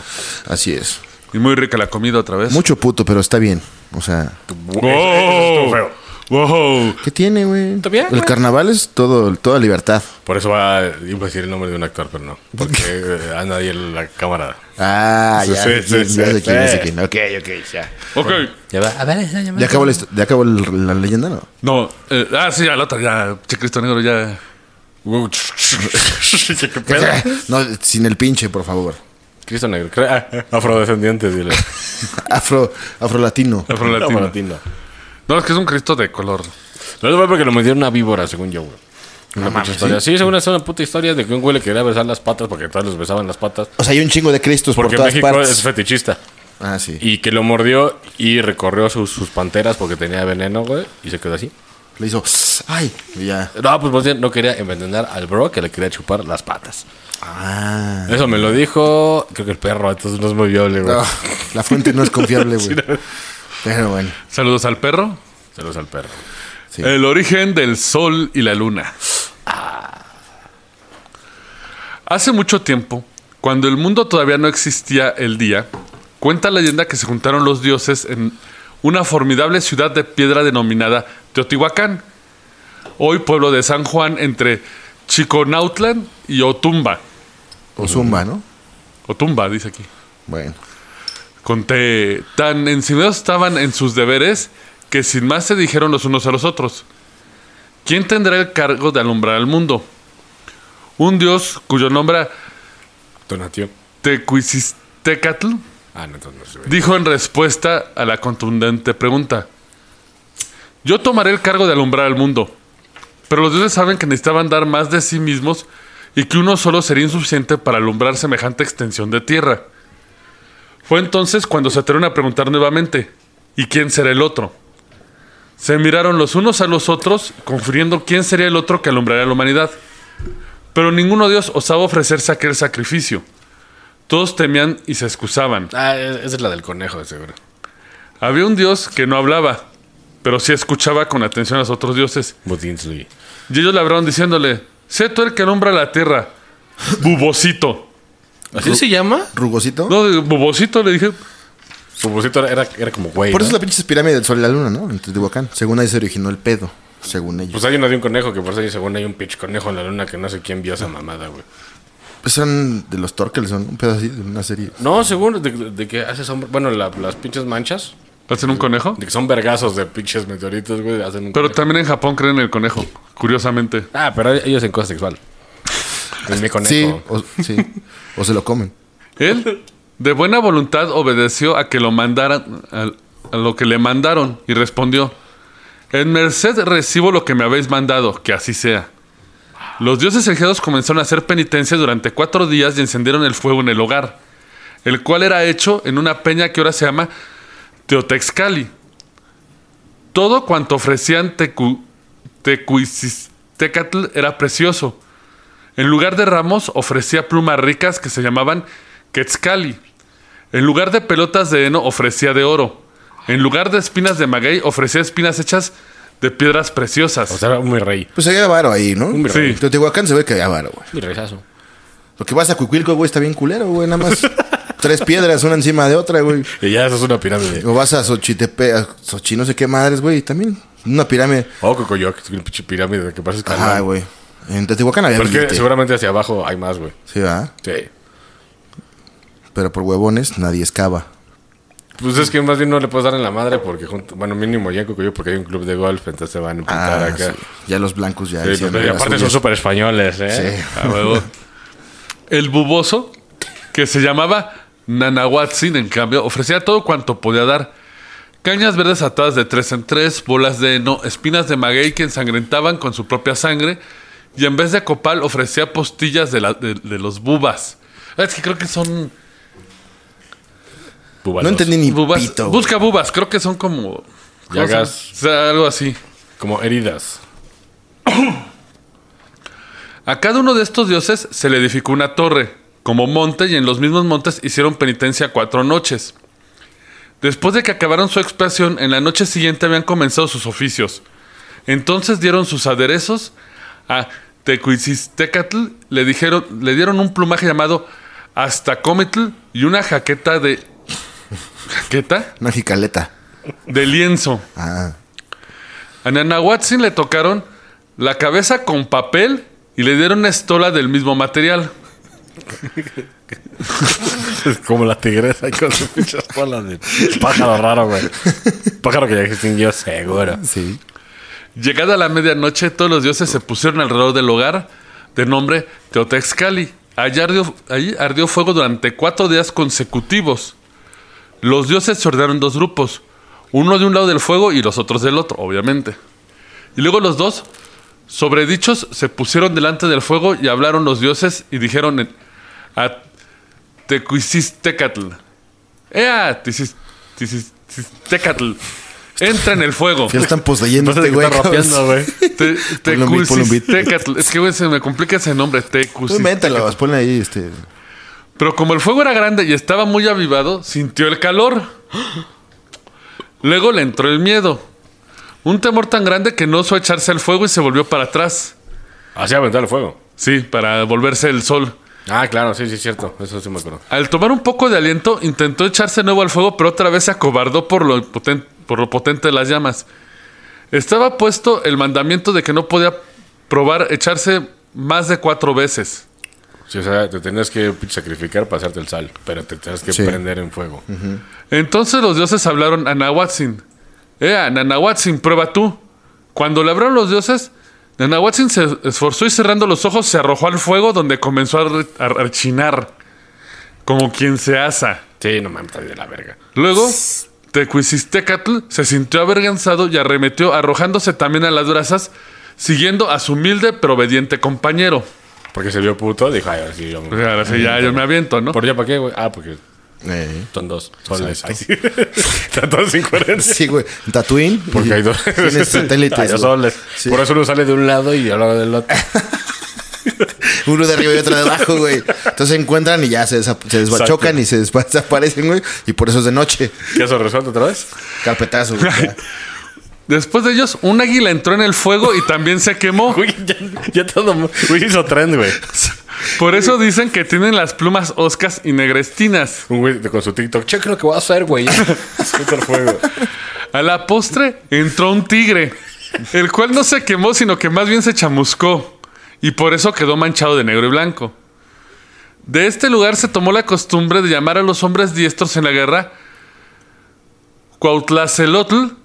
Speaker 4: Así es.
Speaker 2: Y muy rica la comida otra vez.
Speaker 4: Mucho puto, pero está bien. O sea,
Speaker 2: Wow. Wow.
Speaker 4: ¿qué tiene, güey?
Speaker 7: bien,
Speaker 4: El
Speaker 7: güey.
Speaker 4: carnaval es todo, toda libertad.
Speaker 3: Por eso va. Iba a decir el nombre de un actor, pero no. Porque eh, anda ahí en la cámara.
Speaker 4: Ah,
Speaker 3: Sí,
Speaker 4: ya.
Speaker 3: sí,
Speaker 4: ya
Speaker 3: sí, sí,
Speaker 4: sé quién, ya sé
Speaker 3: sí.
Speaker 4: quién. Ok, ok, ya.
Speaker 2: Ok.
Speaker 3: Ya va.
Speaker 7: A ver, esa llamada.
Speaker 4: ¿Ya acabó la, hist- ya acabó el- la leyenda, no?
Speaker 2: No. eh, ah, sí, ya la otra, ya. Che, Cristo Negro, ya.
Speaker 3: Wow. ¿Qué pedo?
Speaker 4: No, sin el pinche, por favor.
Speaker 3: Cristo negro. cre- ah, Afrodescendientes, dile.
Speaker 4: Afro, afrolatino.
Speaker 2: Afrolatino.
Speaker 3: Afrolatino.
Speaker 2: No, es que es un Cristo de color.
Speaker 3: No lo fue porque lo metieron una víbora, según yo, güey. Una puta historia. Sí, según es una puta historia de que un güey le quería besar las patas porque todos los besaban las patas.
Speaker 4: O sea, hay un chingo de cristos por
Speaker 3: Porque
Speaker 4: todas
Speaker 3: México
Speaker 4: partes.
Speaker 3: es fetichista.
Speaker 4: Ah, sí.
Speaker 3: Y que lo mordió y recorrió sus, sus panteras porque tenía veneno, güey. Y se quedó así.
Speaker 4: Le hizo. ¡Ay! y ya.
Speaker 3: No, pues más bien no quería envenenar al bro que le quería chupar las patas.
Speaker 4: Ah.
Speaker 3: Eso me lo dijo, creo que el perro, entonces no es muy viable, güey.
Speaker 4: No, la fuente no es confiable, güey. Pero bueno.
Speaker 2: Saludos al perro.
Speaker 3: Saludos al perro.
Speaker 4: Sí.
Speaker 2: El origen del sol y la luna. Ah. Hace mucho tiempo, cuando el mundo todavía no existía el día, cuenta la leyenda que se juntaron los dioses en una formidable ciudad de piedra denominada Teotihuacán, hoy pueblo de San Juan entre Chiconautlan y Otumba.
Speaker 4: O Zumba, ¿no?
Speaker 2: Otumba, dice aquí.
Speaker 4: Bueno.
Speaker 2: Conté, tan encimados estaban en sus deberes que sin más se dijeron los unos a los otros. ¿Quién tendrá el cargo de alumbrar al mundo? Un dios cuyo nombre
Speaker 3: Donatio.
Speaker 2: Tecuisistecatl
Speaker 3: Ah, no, entonces no se ve.
Speaker 2: dijo en respuesta a la contundente pregunta. Yo tomaré el cargo de alumbrar al mundo, pero los dioses saben que necesitaban dar más de sí mismos y que uno solo sería insuficiente para alumbrar semejante extensión de tierra. Fue entonces cuando se atrevieron a preguntar nuevamente, ¿y quién será el otro? Se miraron los unos a los otros, confiriendo quién sería el otro que alumbraría a la humanidad. Pero ninguno de ellos osaba ofrecerse aquel sacrificio. Todos temían y se excusaban.
Speaker 3: Ah, e- esa es la del conejo, de seguro.
Speaker 2: Había un dios que no hablaba, pero sí escuchaba con atención a los otros dioses.
Speaker 3: Budinsley.
Speaker 2: Y ellos le hablaron diciéndole, sé tú el que nombra la tierra, bubocito.
Speaker 7: ¿Así se llama?
Speaker 4: ¿Rugosito?
Speaker 2: No, de- bubocito le dije,
Speaker 3: Su bucito era, era como güey.
Speaker 4: Por eso
Speaker 3: ¿no?
Speaker 4: es la pinche pirámide del sol y la luna, ¿no? En Teotihuacán. Según ahí se originó el pedo. Según ellos.
Speaker 3: Pues hay una de un conejo que por eso hay, según hay un pitch conejo en la luna que no sé quién vio esa mamada, güey.
Speaker 4: Pues son de los Torkel, son un pedo así de una serie.
Speaker 3: No, según de, de que haces sombra. Bueno, la- las pinches manchas.
Speaker 2: ¿hacen un conejo?
Speaker 3: De que son vergazos de pinches meteoritos, güey. Hacen un
Speaker 2: Pero
Speaker 3: conejo.
Speaker 2: también en Japón creen en el conejo, curiosamente.
Speaker 3: Ah, pero ellos en cosa sexual. En mi
Speaker 4: Sí
Speaker 3: conejo.
Speaker 4: o, sí. o se lo comen.
Speaker 2: Él, de buena voluntad, obedeció a que lo mandaran, al- a, lo que le mandaron, y respondió: En merced recibo lo que me habéis mandado, que así sea. Los dioses elegidos comenzaron a hacer penitencia durante cuatro días y encendieron el fuego en el hogar, el cual era hecho en una peña que ahora se llama Teotexcali. Todo cuanto ofrecían tecu, Tecuisistecatl era precioso. En lugar de ramos, ofrecía plumas ricas que se llamaban quetzcali. En lugar de pelotas de heno, ofrecía de oro. En lugar de espinas de maguey, ofrecía espinas hechas de piedras preciosas.
Speaker 3: O sea, era muy rey.
Speaker 4: Pues hay avaro ahí, ¿no?
Speaker 3: Un
Speaker 2: Sí.
Speaker 4: En Teotihuacán se ve que hay avaro, güey.
Speaker 3: Mi rezazo.
Speaker 4: Lo que vas a Cuicuilco, güey, está bien culero, güey. Nada más tres piedras una encima de otra, güey.
Speaker 3: Y ya eso es una pirámide.
Speaker 4: O vas a Xochitepe, a Xochi no sé qué madres, güey. y También una pirámide.
Speaker 3: Oh, Cocoyoc, es una pinche pirámide que parece
Speaker 4: Ajá,
Speaker 3: escalón.
Speaker 4: güey. En Teotihuacán había
Speaker 3: Pero es que
Speaker 4: billete.
Speaker 3: seguramente hacia abajo hay más, güey.
Speaker 4: Sí, ¿verdad?
Speaker 3: Sí.
Speaker 4: Pero por huevones nadie excava.
Speaker 3: Pues es que más bien no le puedes dar en la madre porque, junto- bueno, mínimo ya en Cocoyoc porque hay un club de golf, entonces se van a pintar
Speaker 4: Ah,
Speaker 3: acá.
Speaker 4: sí. Ya los blancos ya.
Speaker 3: Sí,
Speaker 4: hicieron
Speaker 3: pero- y
Speaker 4: las
Speaker 3: aparte son
Speaker 4: suyas.
Speaker 3: súper españoles, ¿eh?
Speaker 4: Sí.
Speaker 2: A huevo. El buboso, que se llamaba Nanahuatzin, en cambio, ofrecía todo cuanto podía dar. Cañas verdes atadas de tres en tres, bolas de heno, espinas de maguey que ensangrentaban con su propia sangre, y en vez de copal ofrecía postillas de, la- de- de los bubas. Es que creo que son
Speaker 3: Bubalos.
Speaker 4: No entendí ni
Speaker 2: bubas.
Speaker 4: pito. güey.
Speaker 2: Pues Busca bubas, creo que son como...
Speaker 3: Llagas.
Speaker 2: cosas, o sea, algo así.
Speaker 3: Como heridas.
Speaker 2: A cada uno de estos dioses se le edificó una torre, como monte, y en los mismos montes hicieron penitencia cuatro noches. Después de que acabaron su expiación, en la noche siguiente habían comenzado sus oficios. Entonces dieron sus aderezos a Tecuisistecatl, le, dijeron, le dieron un plumaje llamado Astacomitl y una jaqueta de... ¿Jaqueta?
Speaker 4: Una jicaleta.
Speaker 2: De lienzo.
Speaker 4: Ah.
Speaker 2: A Nanahuatzin le tocaron la cabeza con papel y le dieron una estola del mismo material.
Speaker 3: Como la tigresa y con sus pinches bolas de pájaro raro, güey. Pájaro que ya extinguió seguro.
Speaker 4: Sí.
Speaker 2: Llegada la medianoche, todos los dioses se pusieron alrededor del hogar de nombre Teotexcali Allí ardió, allí ardió fuego durante cuatro días consecutivos. Los dioses se ordenaron dos grupos, uno de un lado del fuego y los otros del otro, obviamente. Y luego los dos, sobredichos, se pusieron delante del fuego y hablaron los dioses y dijeron en- a Tecuisistecatl. ¡Ea! tisis- tisis- Tecatl! Entra en el fuego.
Speaker 4: Ya están posleyendo
Speaker 8: Pasa de
Speaker 4: este
Speaker 8: que
Speaker 4: güey.
Speaker 8: está
Speaker 4: cabrón.
Speaker 8: rapeando, güey.
Speaker 2: Te-
Speaker 4: Ponle un beat, ponle un beat.
Speaker 2: Tecuisistecatl. Es que, güey, se me complica ese nombre.
Speaker 4: Tú
Speaker 2: Tecuisistecatl.
Speaker 4: invéntalos, ponle ahí este.
Speaker 2: Pero como el fuego era grande y estaba muy avivado, sintió el calor. Luego le entró el miedo. Un temor tan grande que no osó echarse al fuego y se volvió para atrás.
Speaker 3: Así aventar el fuego.
Speaker 2: Sí, para volverse el sol.
Speaker 3: Ah, claro, sí, sí, es cierto. Eso sí me acuerdo.
Speaker 2: Al tomar un poco de aliento, intentó echarse de nuevo al fuego, pero otra vez se acobardó por lo, poten- por lo potente de las llamas. Estaba puesto el mandamiento de que no podía probar echarse más de cuatro veces.
Speaker 3: Sí, o sea, te tenías que sacrificar para hacerte el sal, pero te tenías que
Speaker 4: Sí.
Speaker 3: prender en fuego.
Speaker 2: Entonces los dioses hablaron a Nahuatzin. Ea, Nanahuatzin, prueba tú. Cuando le hablaron los dioses, Nanahuatzin se esforzó y cerrando los ojos se arrojó al fuego donde comenzó a, re- a rechinar, como quien se asa.
Speaker 3: Sí, no mames, está de la verga.
Speaker 2: Luego, Tecuisistecatl se sintió avergonzado y arremetió arrojándose también a las brasas, siguiendo a su humilde pero obediente compañero.
Speaker 3: Porque se vio puto, dijo, ay, ahora sí, yo.
Speaker 2: O sea, ahora sí, ya yo me aviento, ¿no?
Speaker 3: ¿Por ya para qué, güey? Ah, porque
Speaker 4: eh,
Speaker 3: son dos. Soles. Ay, sí. Están todos sin coherencia.
Speaker 4: Sí, güey. Tatooine.
Speaker 3: Porque hay dos. Ah,
Speaker 4: Tienes
Speaker 3: Ay,
Speaker 4: satélites.
Speaker 3: dos
Speaker 4: güey.
Speaker 3: soles.
Speaker 4: Sí.
Speaker 3: Por eso uno sale de un lado y habla del otro.
Speaker 4: Uno de arriba y otro de abajo, güey. Entonces se encuentran y ya se, desa- se desbachocan y se despa- desaparecen, güey. Y por eso es de noche.
Speaker 3: ¿Ya eso resuelto otra vez?
Speaker 4: Carpetazo, güey. ya.
Speaker 2: Después de ellos, un águila entró en el fuego y también se quemó.
Speaker 3: Güey, ya, ya todo. Güey, hizo trend, güey.
Speaker 2: Por eso dicen que tienen las plumas oscas y negrestinas.
Speaker 3: Un güey con su TikTok. Checa lo que voy a hacer, güey. Suelta el fuego.
Speaker 2: A la postre entró un tigre, el cual no se quemó, sino que más bien se chamuscó. Y por eso quedó manchado de negro y blanco. De este lugar se tomó la costumbre de llamar a los hombres diestros en la guerra Cuautlacelotl.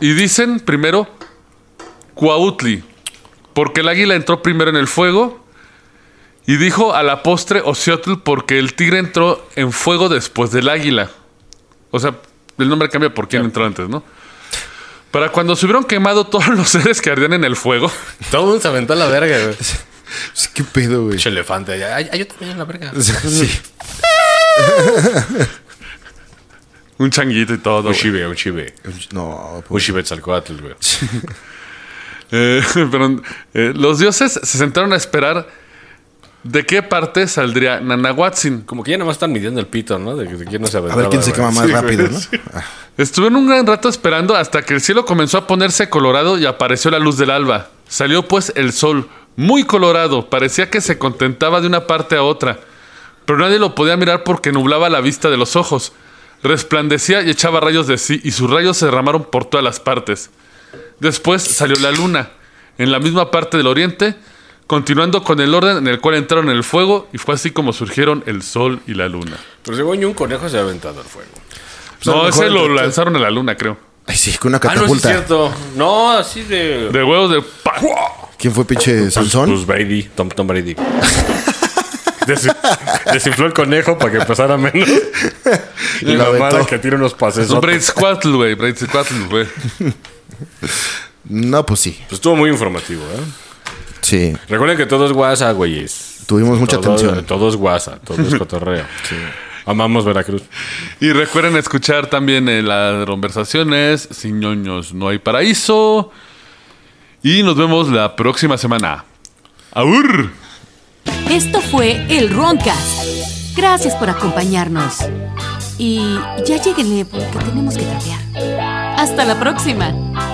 Speaker 2: Y dicen primero Cuautli. Porque el águila entró primero en el fuego. Y dijo a la postre Ociotl porque el tigre entró en fuego después del águila. O sea, el nombre cambia por quién entró antes, ¿no? Para cuando se hubieron quemado todos los seres que ardían en el fuego.
Speaker 3: Todo el mundo se aventó a la verga, güey.
Speaker 4: Sí, ¿Qué pedo, güey?
Speaker 3: Pinche elefante allá. Ay, ay, Ah, yo también a la verga.
Speaker 4: Sí.
Speaker 2: Un changuito y todo.
Speaker 3: Un
Speaker 2: güey.
Speaker 3: chive, un chive.
Speaker 4: No,
Speaker 3: Un
Speaker 4: pues.
Speaker 3: chive Tzalcóatl, güey.
Speaker 2: Eh, perdón. Eh, los dioses se sentaron a esperar de qué parte saldría Nanahuatzin.
Speaker 3: Como que ya nada más están midiendo el pito, ¿no? De, de quién no se
Speaker 4: A
Speaker 3: aventaba.
Speaker 4: ver quién se
Speaker 3: güey.
Speaker 4: quema más
Speaker 3: Sí,
Speaker 4: rápido,
Speaker 3: güey.
Speaker 4: ¿no? Ah,
Speaker 2: Estuvieron un gran rato esperando hasta que el cielo comenzó a ponerse colorado y apareció la luz del alba. Salió pues el sol, muy colorado, parecía que se contentaba de una parte a otra, pero nadie lo podía mirar porque nublaba la vista de los ojos. Resplandecía y echaba rayos de sí, y sus rayos se derramaron por todas las partes. Después salió la luna, en la misma parte del oriente, continuando con el orden en el cual entraron en el fuego, y fue así como surgieron el sol y la luna.
Speaker 3: Pero según yo, un conejo se ha aventado al fuego.
Speaker 4: a lo
Speaker 2: no,
Speaker 4: mejor
Speaker 2: ese lo
Speaker 4: entre-
Speaker 2: lanzaron a la luna, creo.
Speaker 4: Ay, sí, con una
Speaker 3: Ah, no, sí es
Speaker 4: catapulta.
Speaker 3: cierto. No, así de.
Speaker 2: De huevos de... ¡Pah!
Speaker 4: ¿Quién fue pinche Sansón?
Speaker 3: Pues Brady, Tom, Tom Brady. Desinfló el conejo para que pesara menos. Y
Speaker 4: Lo
Speaker 3: la mamada
Speaker 4: aventó.
Speaker 3: que tira unos pases.
Speaker 2: No, Braid güey. Braid güey.
Speaker 4: No, pues sí.
Speaker 3: Pues estuvo muy informativo, ¿eh?
Speaker 4: Sí.
Speaker 3: Recuerden que todo es guasa, güeyes.
Speaker 4: Tuvimos Pues mucha
Speaker 3: Todo-
Speaker 4: atención.
Speaker 3: Todo es guasa, todo es cotorreo. Sí. Amamos Veracruz.
Speaker 2: Y recuerden escuchar también eh, las conversaciones. Sin ñoños no hay paraíso. Y nos vemos la próxima semana. ¡Aur!
Speaker 1: Esto fue el Roncast. Gracias por acompañarnos. eh, Y ya lleguenle porque tenemos que trapear. Hasta la próxima.